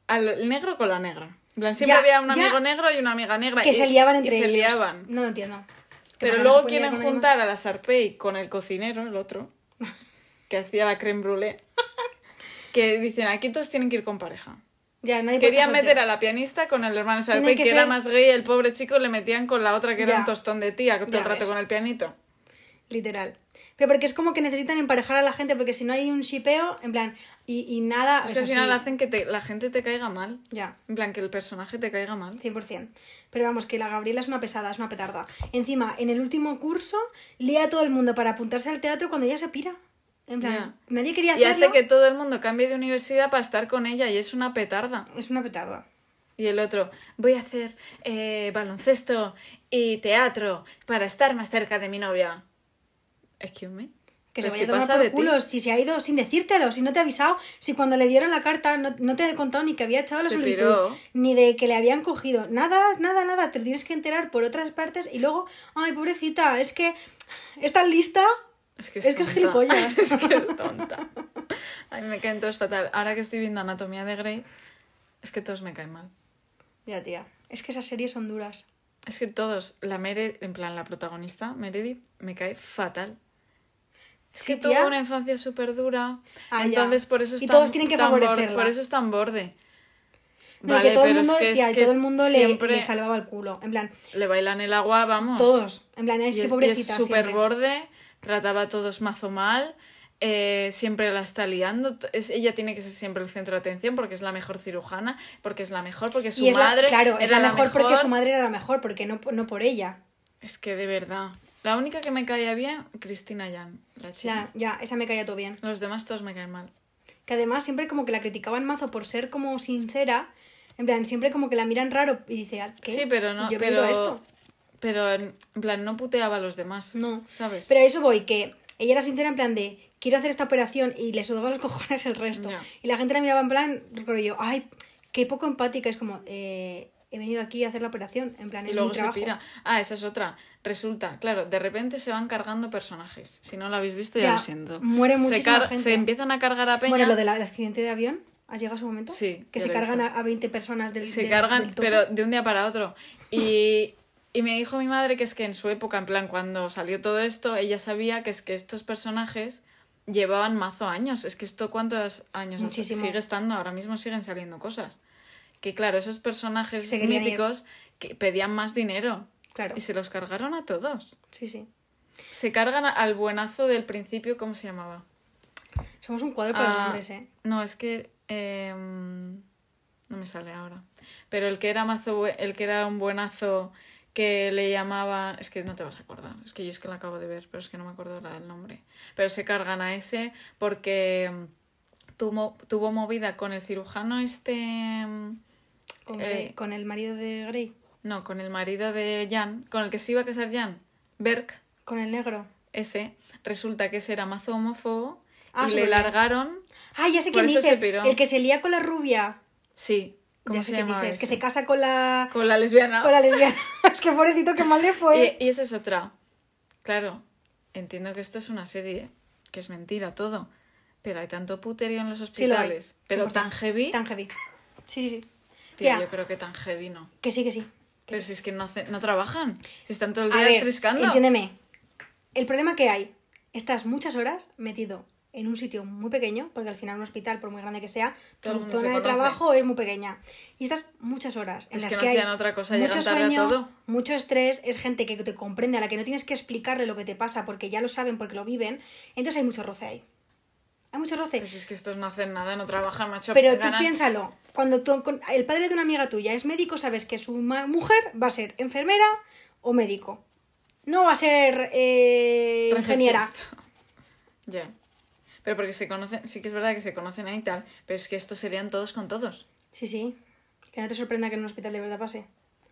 A: al negro con la negra. En plan, siempre
B: Ya,
A: había un
B: ya.
A: amigo negro y una amiga negra.
B: Que
A: y-
B: se liaban entre
A: y
B: ellos.
A: eh, se liaban.
B: No lo entiendo. ¿Qué
A: Pero
B: pasa, no se
A: luego
B: pueden liar
A: quieren
B: con nadie más?
A: juntar a la Sarpey con el cocinero, el otro, que hacía la creme brûlée. Que dicen, aquí todos tienen que ir con pareja.
B: Ya, nadie puede
A: Querían
B: estar
A: meter
B: soltero.
A: a la pianista con el hermano
B: pues Tiene
A: Sarpey,
B: que
A: que, era
B: ser-
A: más gay, el pobre chico le metían con la otra que era
B: Ya.
A: un tostón de tía, todo
B: Ya
A: el rato
B: ves.
A: con el pianito.
B: Literal. Pero porque es como que necesitan emparejar a la gente, porque si no hay un shipeo, en plan, y, y nada.
A: Es que
B: o sea,
A: al final
B: sí,
A: hacen que te- la gente te caiga mal.
B: Ya,
A: En plan, que el personaje te caiga mal.
B: 100%. Pero vamos, que la Gabriela es una pesada, es una petarda. Encima, en el último curso, lía a todo el mundo para apuntarse al teatro cuando ella se pira. En plan,
A: Ya.
B: nadie quería
A: Y
B: hacerlo.
A: hace que todo el mundo cambie de universidad para estar con ella y es una petarda.
B: Es una petarda.
A: Y el otro, voy a hacer eh, baloncesto y teatro para estar más cerca de mi novia. Excuse me.
B: Que
A: Pero
B: se vaya
A: si
B: a
A: Pues pasa
B: tomar por
A: de ti.
B: culo si se ha ido sin decírtelo, si no te ha avisado, si cuando le dieron la carta no, no te ha contado ni que había echado la
A: Se
B: solicitud,
A: piró.
B: ni de que le habían cogido, nada, nada, nada, te tienes que enterar por otras partes y luego, ay, pobrecita, es que está lista.
A: Es que es,
B: Es que es
A: tonta.
B: gilipollas.
A: es que es tonta. A mí me caen todos fatal. Ahora que estoy viendo Anatomía de Grey, es que todos me caen mal.
B: Mira, tía, es que esas series son duras.
A: Es que todos, la Meredith, en plan la protagonista, Meredith, me cae fatal. Es
B: Sí,
A: que em-
B: tía.
A: tuvo una infancia súper dura.
B: Ah, ya.
A: entonces por eso es
B: Y
A: tan-
B: todos tienen que
A: tan borde-
B: favorecerla.
A: Por eso es tan borde.
B: No, que todo el mundo,
A: es
B: tía, y todo el mundo le-
A: siempre
B: le, salvaba el culo. En plan,
A: le bailan el agua, vamos.
B: todos. En plan, es
A: Y
B: que
A: y
B: pobrecita.
A: es súper
B: siempre.
A: borde, trataba a todos mazo mal, eh, siempre la está liando. t- es- ella tiene que ser siempre el centro de atención porque es la mejor cirujana, porque es la mejor, porque su
B: Y es la-
A: madre.
B: claro,
A: era
B: es la mejor, porque su madre era la mejor, porque no, no por ella.
A: Es que de verdad. La única que me caía bien, Cristina Yan, la
B: Ya,
A: chica.
B: ya, esa me caía todo bien.
A: Los demás todos me caen mal.
B: Que además siempre como que la criticaban mazo por ser como sincera. En plan, siempre como que la miran raro y dice, "Ah, ¿qué?
A: Sí, pero no.
B: Yo he
A: pero,
B: vivido esto.
A: pero en en plan, no puteaba a los demás.
B: No.
A: ¿Sabes?
B: Pero a eso voy, que ella era sincera en plan de quiero hacer esta operación y le sudaba los cojones el resto.
A: Ya.
B: Y la gente la miraba en plan, recuerdo yo, ay, qué poco empática. Es como, "Eh, he venido aquí a hacer la operación. En plan,
A: Y
B: es
A: luego
B: mi
A: se
B: trabajo.
A: pira. Ah, esa es otra. Resulta, claro, de repente se van cargando personajes. Si no lo habéis visto, ya,
B: Ya,
A: lo siento.
B: muere
A: Se
B: muchísima
A: car-
B: gente.
A: Se empiezan a cargar a Peña.
B: Bueno, lo del accidente de avión, ¿has llegado a su momento?
A: Sí,
B: Que
A: ya
B: se
A: lo he
B: cargan
A: visto.
B: a, a 20 personas del
A: se
B: del-
A: cargan,
B: del tope.
A: pero de un día para otro. Y, y me dijo mi madre que es que en su época, en plan, cuando salió todo esto, ella sabía que es que estos personajes llevaban mazo años. Es que esto, ¿cuántos años hace?
B: Muchísimo.
A: sigue estando? Ahora mismo siguen saliendo cosas. Que claro, esos personajes
B: Se querían ir.
A: míticos que pedían más dinero.
B: Claro,
A: Y se los cargaron a todos.
B: sí, sí.
A: Se cargan a- al buenazo del principio, ¿cómo se llamaba?
B: Somos un cuadro para los
A: Ah,
B: hombres, ¿eh?
A: No, es que em, no me sale ahora. Pero el que era mazo, bue- el que era un buenazo que le llamaban, es que no te vas a acordar, es que yo es que la acabo de ver, pero es que no me acuerdo ahora del nombre. Pero se cargan a ese porque em, tuvo, tuvo movida con el cirujano este, em,
B: Con,
A: eh,
B: Grey- con el marido de Grey,
A: no, con el marido de Jan, con el que se iba a casar Jan, Berk.
B: con el negro.
A: ese, resulta que ese era mazo homófobo
B: Ah,
A: y
B: sí,
A: le
B: porque-
A: largaron.
B: Ah, ya sé
A: Por
B: quién
A: eso se
B: dices.
A: piró.
B: El que se lía con la rubia.
A: Sí, ¿cómo
B: ya sé
A: se
B: qué
A: llamaba?
B: dices. Que
A: ese?
B: se casa con la,
A: Con la lesbiana.
B: con la lesbiana. es que pobrecito, qué mal le fue.
A: Y, y esa es otra. Claro, entiendo que esto es una serie, que es mentira todo. Pero hay tanto puterío en los
B: Sí, lo hay,
A: hospitales. pero
B: 100%.
A: tan heavy.
B: Tan heavy. Sí, sí, sí.
A: Tía,
B: Tía,
A: yo creo que tan heavy no.
B: que sí, que sí. que
A: Pero si es que no, hace- no trabajan. Si están todo el
B: A
A: día
B: ver,
A: triscando.
B: Entiéndeme. El problema que hay, estás muchas horas metido en un sitio muy pequeño, porque al final un hospital, por muy grande que sea,
A: Todo el
B: tu
A: mundo se
B: zona de
A: conoce.
B: trabajo es muy pequeña. Y estás muchas horas en
A: Es
B: las
A: que no
B: que, hay
A: hacían otra cosa,
B: mucho
A: llegan tarde a
B: sueño,
A: todo.
B: mucho estrés, es gente que te comprende, a la que no tienes que explicarle lo que te pasa porque ya lo saben, porque lo viven. Entonces hay mucho roce ahí. Hay mucho roce.
A: Pero si es que estos no hacen nada, no trabajan, macho.
B: Pero tú
A: ganan-
B: piénsalo, cuando tú- con- el padre de una amiga tuya es médico, sabes que su ma- mujer va a ser enfermera o médico. No va a ser eh, ingeniera.
A: Recepcionista. Ya. Pero porque se conocen, sí que es verdad que se conocen ahí y tal, pero es que estos serían todos con todos.
B: Sí, sí. Que no te sorprenda que en un hospital de verdad pase.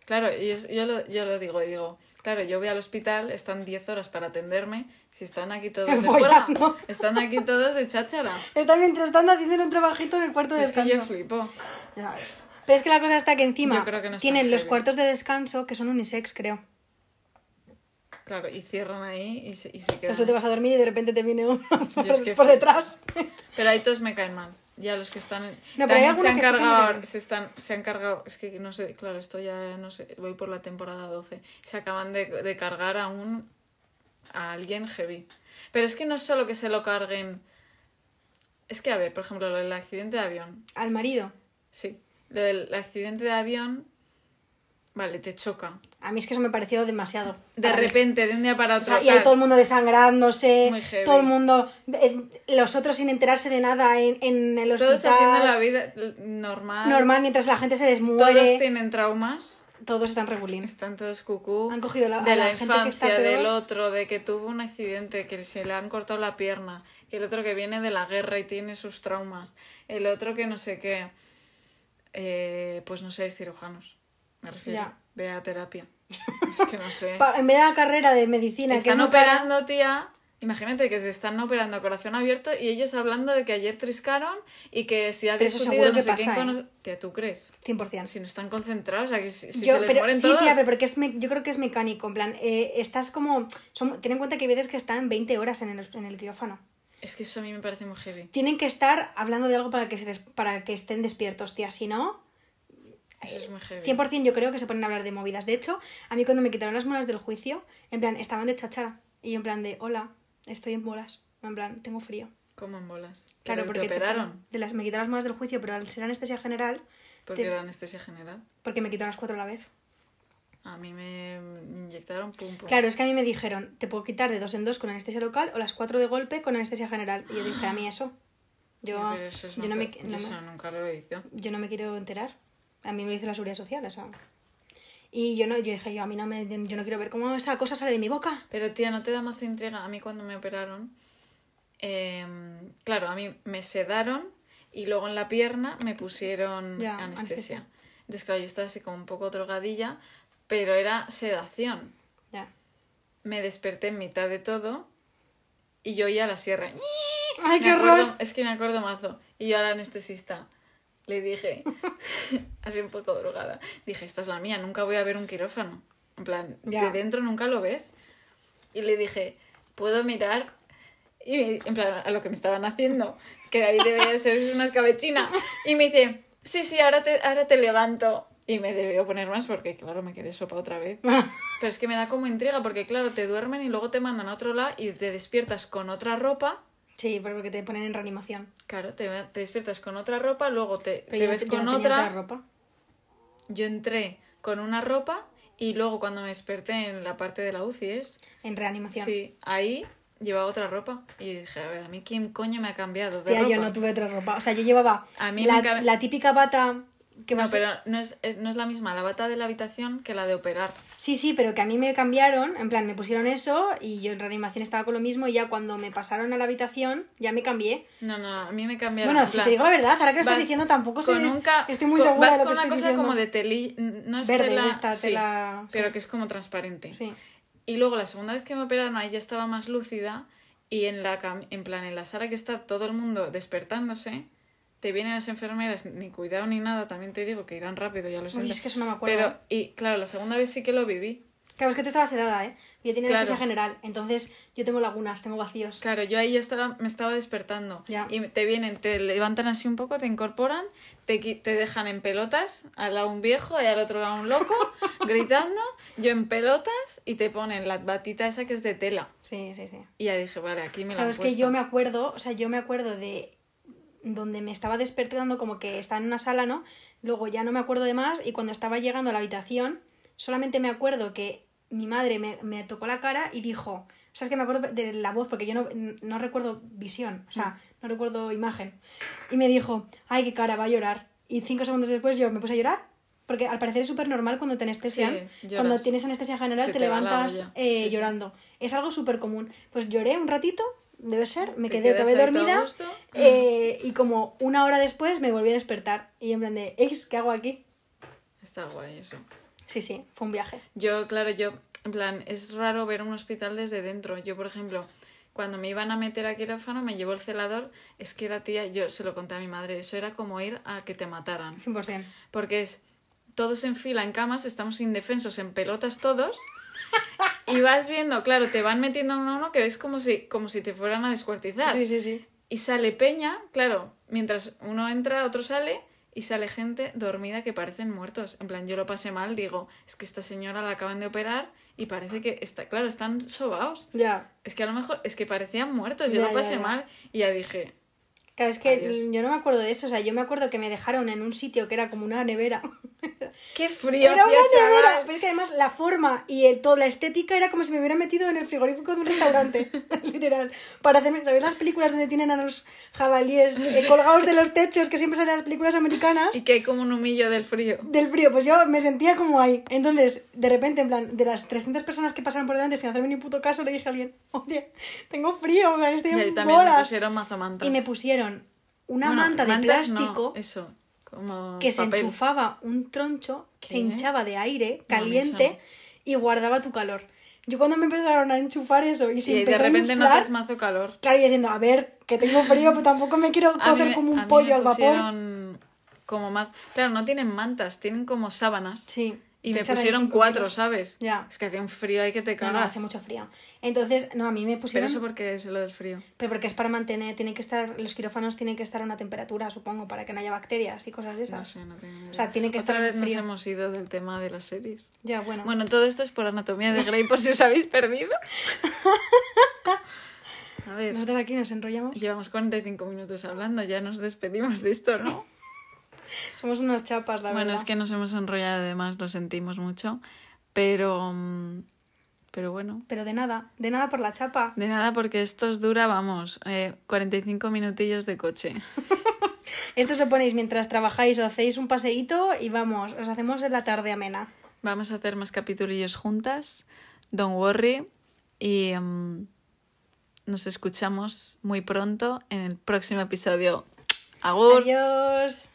A: Claro, y es- yo, lo, yo lo digo, y digo, claro, yo voy al hospital, están 10 horas para atenderme, si están aquí todos de juerga,
B: Follando.
A: están aquí todos de cháchara.
B: Están mientras tanto haciendo un trabajito en el cuarto de
A: Es que
B: descanso.
A: yo flipo.
B: Ya ves. Pero es que la cosa está que encima
A: Yo creo que no es tan
B: tienen los
A: heavy.
B: cuartos de descanso que son unisex, creo.
A: Claro, y cierran ahí y se, y se
B: Entonces tú Pues te
A: quedan.
B: vas a dormir y de repente te viene uno por,
A: Yo es que
B: por
A: flipo.
B: detrás.
A: Pero ahí todos me caen mal. Ya los que están.
B: pero hay
A: también se han
B: alguno que sí que me
A: cargado.
B: cae bien.
A: se, están, se han cargado. Es que no sé, claro, esto ya no sé. Voy por la temporada 12. Se acaban de, de cargar a un. a alguien heavy. Pero es que no es solo que se lo carguen. Es que, a ver, por ejemplo, lo del accidente de avión.
B: Al marido.
A: Sí. Lo del accidente de avión. Vale, te choca.
B: A mí es que eso me pareció demasiado.
A: De
B: Para mí.
A: repente, de un día para
B: O
A: otro.
B: sea, y hay
A: tal.
B: todo el mundo desangrándose,
A: Muy heavy.
B: todo el mundo, eh, los otros sin enterarse de nada en, en el
A: Todos haciendo la
B: hospital,
A: vida normal.
B: normal mientras la gente se
A: Todos
B: desmuere, todos,
A: tienen traumas.
B: están regulines.
A: Están todos cucú.
B: Han cogido la- a
A: de
B: la
A: la,
B: gente que está
A: infancia,
B: peor.
A: del otro, de que tuvo un accidente, que se le han cortado la pierna, que el otro que viene de la guerra y tiene sus traumas, el otro que no sé qué. Eh, pues no seáis cirujanos, me refiero.
B: Ya.
A: Ve a terapia. Es que no sé.
B: Pa- en vez de la carrera de medicina, que
A: están
B: no-
A: operando, tía. Imagínate que se están operando a corazón abierto y ellos hablando de que ayer triscaron y que si ha
B: Pero eso
A: discutido
B: seguro
A: no
B: que
A: sé quién
B: pasa,
A: con...
B: ¿eh?
A: nos- Tía, ¿tú crees?
B: 100%.
A: Si no están concentrados, o sea, que si, si
B: yo,
A: se les
B: pero,
A: mueren
B: sí,
A: todos...
B: tía, pero porque es me- yo creo que es mecánico, en plan, eh, estás como, son- ten en cuenta que hay veces que están 20 horas en el, en el quirófano.
A: Es que eso a mí me parece muy heavy.
B: Tienen que estar hablando de algo para que, se les- para que estén despiertos, tía, si no,
A: Eso es muy heavy.
B: 100% yo creo que se ponen a hablar de movidas. De hecho, a mí cuando me quitaron las muelas del juicio, en plan, estaban de chachara. Y yo en plan de, hola, estoy en bolas. En plan, tengo frío.
A: Como en bolas.
B: Claro,
A: Pero
B: porque
A: te operaron.
B: de las, me quitaron las muelas del juicio, pero al ser anestesia general,
A: Porque
B: te-
A: era anestesia general.
B: porque me quitaron las cuatro a la vez.
A: A mí me inyectaron pum pum.
B: Claro, es que a mí me dijeron, te puedo quitar de dos en dos con anestesia local o las cuatro de golpe con anestesia general. Y yo dije, a mí eso. Yo,
A: Ya, pero eso es
B: yo, no me,
A: nunca-
B: no me-
A: eso nunca lo he hecho.
B: yo no me quiero enterar. A mí me lo hizo la seguridad social, o sea. Y yo no, yo dije, yo a mí no me, yo no quiero ver cómo esa cosa sale de mi boca.
A: Pero tía, ¿no te da más entrega? A mí cuando me operaron, eh, claro, a mí me sedaron y luego en la pierna me pusieron
B: Ya,
A: anestesia.
B: anestesia.
A: Entonces, claro, yo estaba así como un poco drogadilla, pero era sedación.
B: Ya.
A: Me desperté en mitad de todo y yo oía la sierra.
B: ¡Ay,
A: Me
B: qué
A: acuerdo-
B: horror!
A: Es que me acuerdo mazo. Y yo al anestesista le dije, así un poco drogada, dije, esta es la mía, nunca voy a ver un quirófano. En plan,
B: Ya.
A: de dentro nunca lo ves. Y le dije, ¿puedo mirar? Y en plan, a lo que me estaban haciendo, que ahí debe de ser una escabechina. Y me dice, sí, sí, ahora te, ahora te levanto. Y me debió poner más porque, claro, me quedé sopa otra vez. Pero es que me da como intriga porque, claro, te duermen y luego te mandan a otro lado y te despiertas con otra ropa
B: Sí, pero porque te ponen en reanimación.
A: Claro, te, te despiertas con otra ropa, luego te,
B: Pero
A: te
B: yo no-
A: ves
B: yo
A: con
B: no tenía
A: otra.
B: ropa.
A: Yo entré con una ropa y luego cuando me desperté en la parte de la UCI, ¿es?
B: En reanimación.
A: Sí, ahí llevaba otra ropa. Y dije, a ver, ¿a mí quién coño me ha cambiado de
B: Tía,
A: ropa?
B: yo no tuve otra ropa. O sea, yo llevaba
A: A mí
B: la,
A: me cabe-
B: la típica bata que
A: No,
B: vas-
A: pero no es, es- no es la misma la bata de la habitación que la de operar.
B: Sí, sí, pero que a mí me cambiaron, en plan, me pusieron eso y yo en reanimación estaba con lo mismo y ya cuando me pasaron a la habitación ya me cambié.
A: No, no, a mí me cambiaron.
B: Bueno,
A: en
B: si
A: plan,
B: te digo la verdad, ahora que lo estás
A: vas
B: diciendo tampoco sé,
A: con un ca-
B: estoy muy
A: con-
B: segura
A: Vas
B: de lo
A: con
B: que
A: una
B: estoy
A: cosa
B: diciendo.
A: como de teli... No es
B: Verde,
A: tela...
B: de esta
A: sí,
B: tela-
A: pero que es como transparente.
B: Sí.
A: Y luego la segunda vez que me operaron ahí ya estaba más lúcida y en la cam- en plan en la sala que está todo el mundo despertándose, te vienen las enfermeras, ni cuidado ni nada, también te digo que irán rápido, ya lo
B: Uy,
A: siento.
B: es que eso no me acuerdo.
A: Pero y claro, la segunda vez sí que lo viví.
B: Claro, es que tú estabas sedada, ¿eh? Yo tenía
A: Claro.
B: anestesia general, entonces yo tengo lagunas, tengo vacíos.
A: Claro, yo ahí ya estaba me estaba despertando
B: Ya.
A: y te vienen, te levantan así un poco, te incorporan, te, qui- te dejan en pelotas, al lado un viejo y al otro lado un loco gritando, yo en pelotas y te ponen la batita esa que es de tela.
B: Sí, sí, sí.
A: Y ya dije, vale, aquí me la
B: Claro,
A: han
B: es que
A: puesto.
B: yo me acuerdo, o sea, yo me acuerdo de donde me estaba despertando como que estaba en una sala, ¿no? Luego ya no me acuerdo de más y cuando estaba llegando a la habitación, solamente me acuerdo que mi madre me, me tocó la cara y dijo, o sea, es que me acuerdo de la voz porque yo no, no recuerdo visión, o sea,
A: Mm.
B: no recuerdo imagen. Y me dijo, ay, qué cara, va a llorar. Y cinco segundos después yo me puse a llorar. Porque al parecer es súper normal cuando te anestesian.
A: Sí, lloras.
B: cuando tienes anestesia general
A: Se
B: te,
A: te va la
B: levantas
A: olla.
B: eh,
A: Sí, sí.
B: llorando. Es algo súper común. Pues lloré un ratito, debe ser, me
A: Te
B: quedé otra
A: quedas ahí
B: vez
A: todo a
B: dormida.
A: gusto.
B: eh, y como una hora después me volví a despertar. Y en plan de, ex, ¿qué hago aquí?
A: Está guay eso.
B: Sí, sí, fue un viaje.
A: Yo, claro, yo, en plan, es raro ver un hospital desde dentro. Yo, por ejemplo, cuando me iban a meter a quirófano, me llevó el celador. Es que la tía, yo se lo conté a mi madre, eso era como ir a que te mataran.
B: 100%.
A: Porque es todos en fila, en camas, estamos indefensos, en pelotas todos. Y vas viendo, claro, te van metiendo uno a uno que ves como si, como si te fueran a descuartizar.
B: Sí, sí, sí.
A: Y sale peña, claro, mientras uno entra, otro sale y sale gente dormida que parecen muertos. En plan, yo lo pasé mal, digo, es que esta señora la acaban de operar y parece que está, claro, están sobados.
B: Ya.
A: Es que a lo mejor, es que parecían muertos, yo
B: Ya,
A: lo
B: ya,
A: pasé
B: ya.
A: mal y ya dije,
B: Claro, es que
A: Adiós.
B: yo no me acuerdo de eso. O sea, yo me acuerdo que me dejaron en un sitio que era como una nevera.
A: qué frío,
B: Era una
A: hacía,
B: nevera.
A: chaval".
B: Pero es que además la forma y el, toda la estética era como si me hubieran metido en el frigorífico de un restaurante. literal. Para hacerme. ¿Sabéis las películas donde tienen a los jabalíes eh, colgados de los techos que siempre salen en las películas americanas?
A: Y que hay como un humillo del frío.
B: Del frío, pues yo me sentía como ahí. Entonces, de repente, en plan, de las 300 personas que pasaron por delante sin hacerme ni puto caso, le dije a alguien, oye, tengo frío, me estoy
A: Y ahí
B: en
A: también me
B: bolas.
A: pusieron mazamantas.
B: Y me pusieron una
A: Bueno,
B: manta de
A: mantas no,
B: plástico
A: eso, como
B: que se
A: papel.
B: enchufaba un troncho, se
A: ¿Qué?
B: hinchaba de aire
A: No, a mí eso
B: caliente
A: no.
B: y guardaba tu calor. Yo cuando me empezaron a enchufar eso y
A: Y
B: se empezó
A: de repente
B: a
A: no
B: inflar,
A: notas mazo calor.
B: claro, yo diciendo, a ver, que tengo frío, pero tampoco me quiero
A: A mí
B: cocer
A: me-
B: como
A: a
B: un
A: mí
B: pollo
A: me
B: al vapor.
A: pusieron como más. Claro, no tienen mantas, tienen como sábanas.
B: Sí.
A: Y
B: Te
A: me
B: echan ahí
A: pusieron
B: cinco
A: cuatro,
B: kilos.
A: ¿sabes?
B: Ya.
A: Es que aquí en frío hay que te
B: No,
A: cagas.
B: no, hace mucho frío. Entonces, no, a mí me
A: Pero
B: pusieron...
A: eso porque es lo del frío.
B: Pero porque es para mantener, tienen que estar, los quirófanos tienen que estar a una temperatura, supongo, para que no haya bacterias y cosas de esas.
A: No sé, no tengo idea.
B: O sea, tiene que
A: Otra
B: estar
A: vez nos
B: frío.
A: hemos ido del tema de las series.
B: Ya, bueno.
A: Bueno, todo esto es por Anatomía de Grey, por si os habéis perdido. A ver,
B: Nosotros aquí nos enrollamos.
A: llevamos 45 minutos hablando, ya nos despedimos de esto, ¿no?
B: Somos unas chapas, la
A: Bueno,
B: verdad.
A: es que nos hemos enrollado además, lo sentimos mucho, pero... mm, Pero bueno,
B: Pero de nada, de nada por la chapa.
A: de nada porque esto os dura, vamos, eh, 45 minutillos de coche.
B: Esto se ponéis mientras trabajáis o hacéis un paseíto y vamos, os hacemos la tarde amena.
A: Vamos a hacer más capitulillos juntas, don't worry, y mm, nos escuchamos muy pronto en el próximo episodio. Agur.
B: Adiós.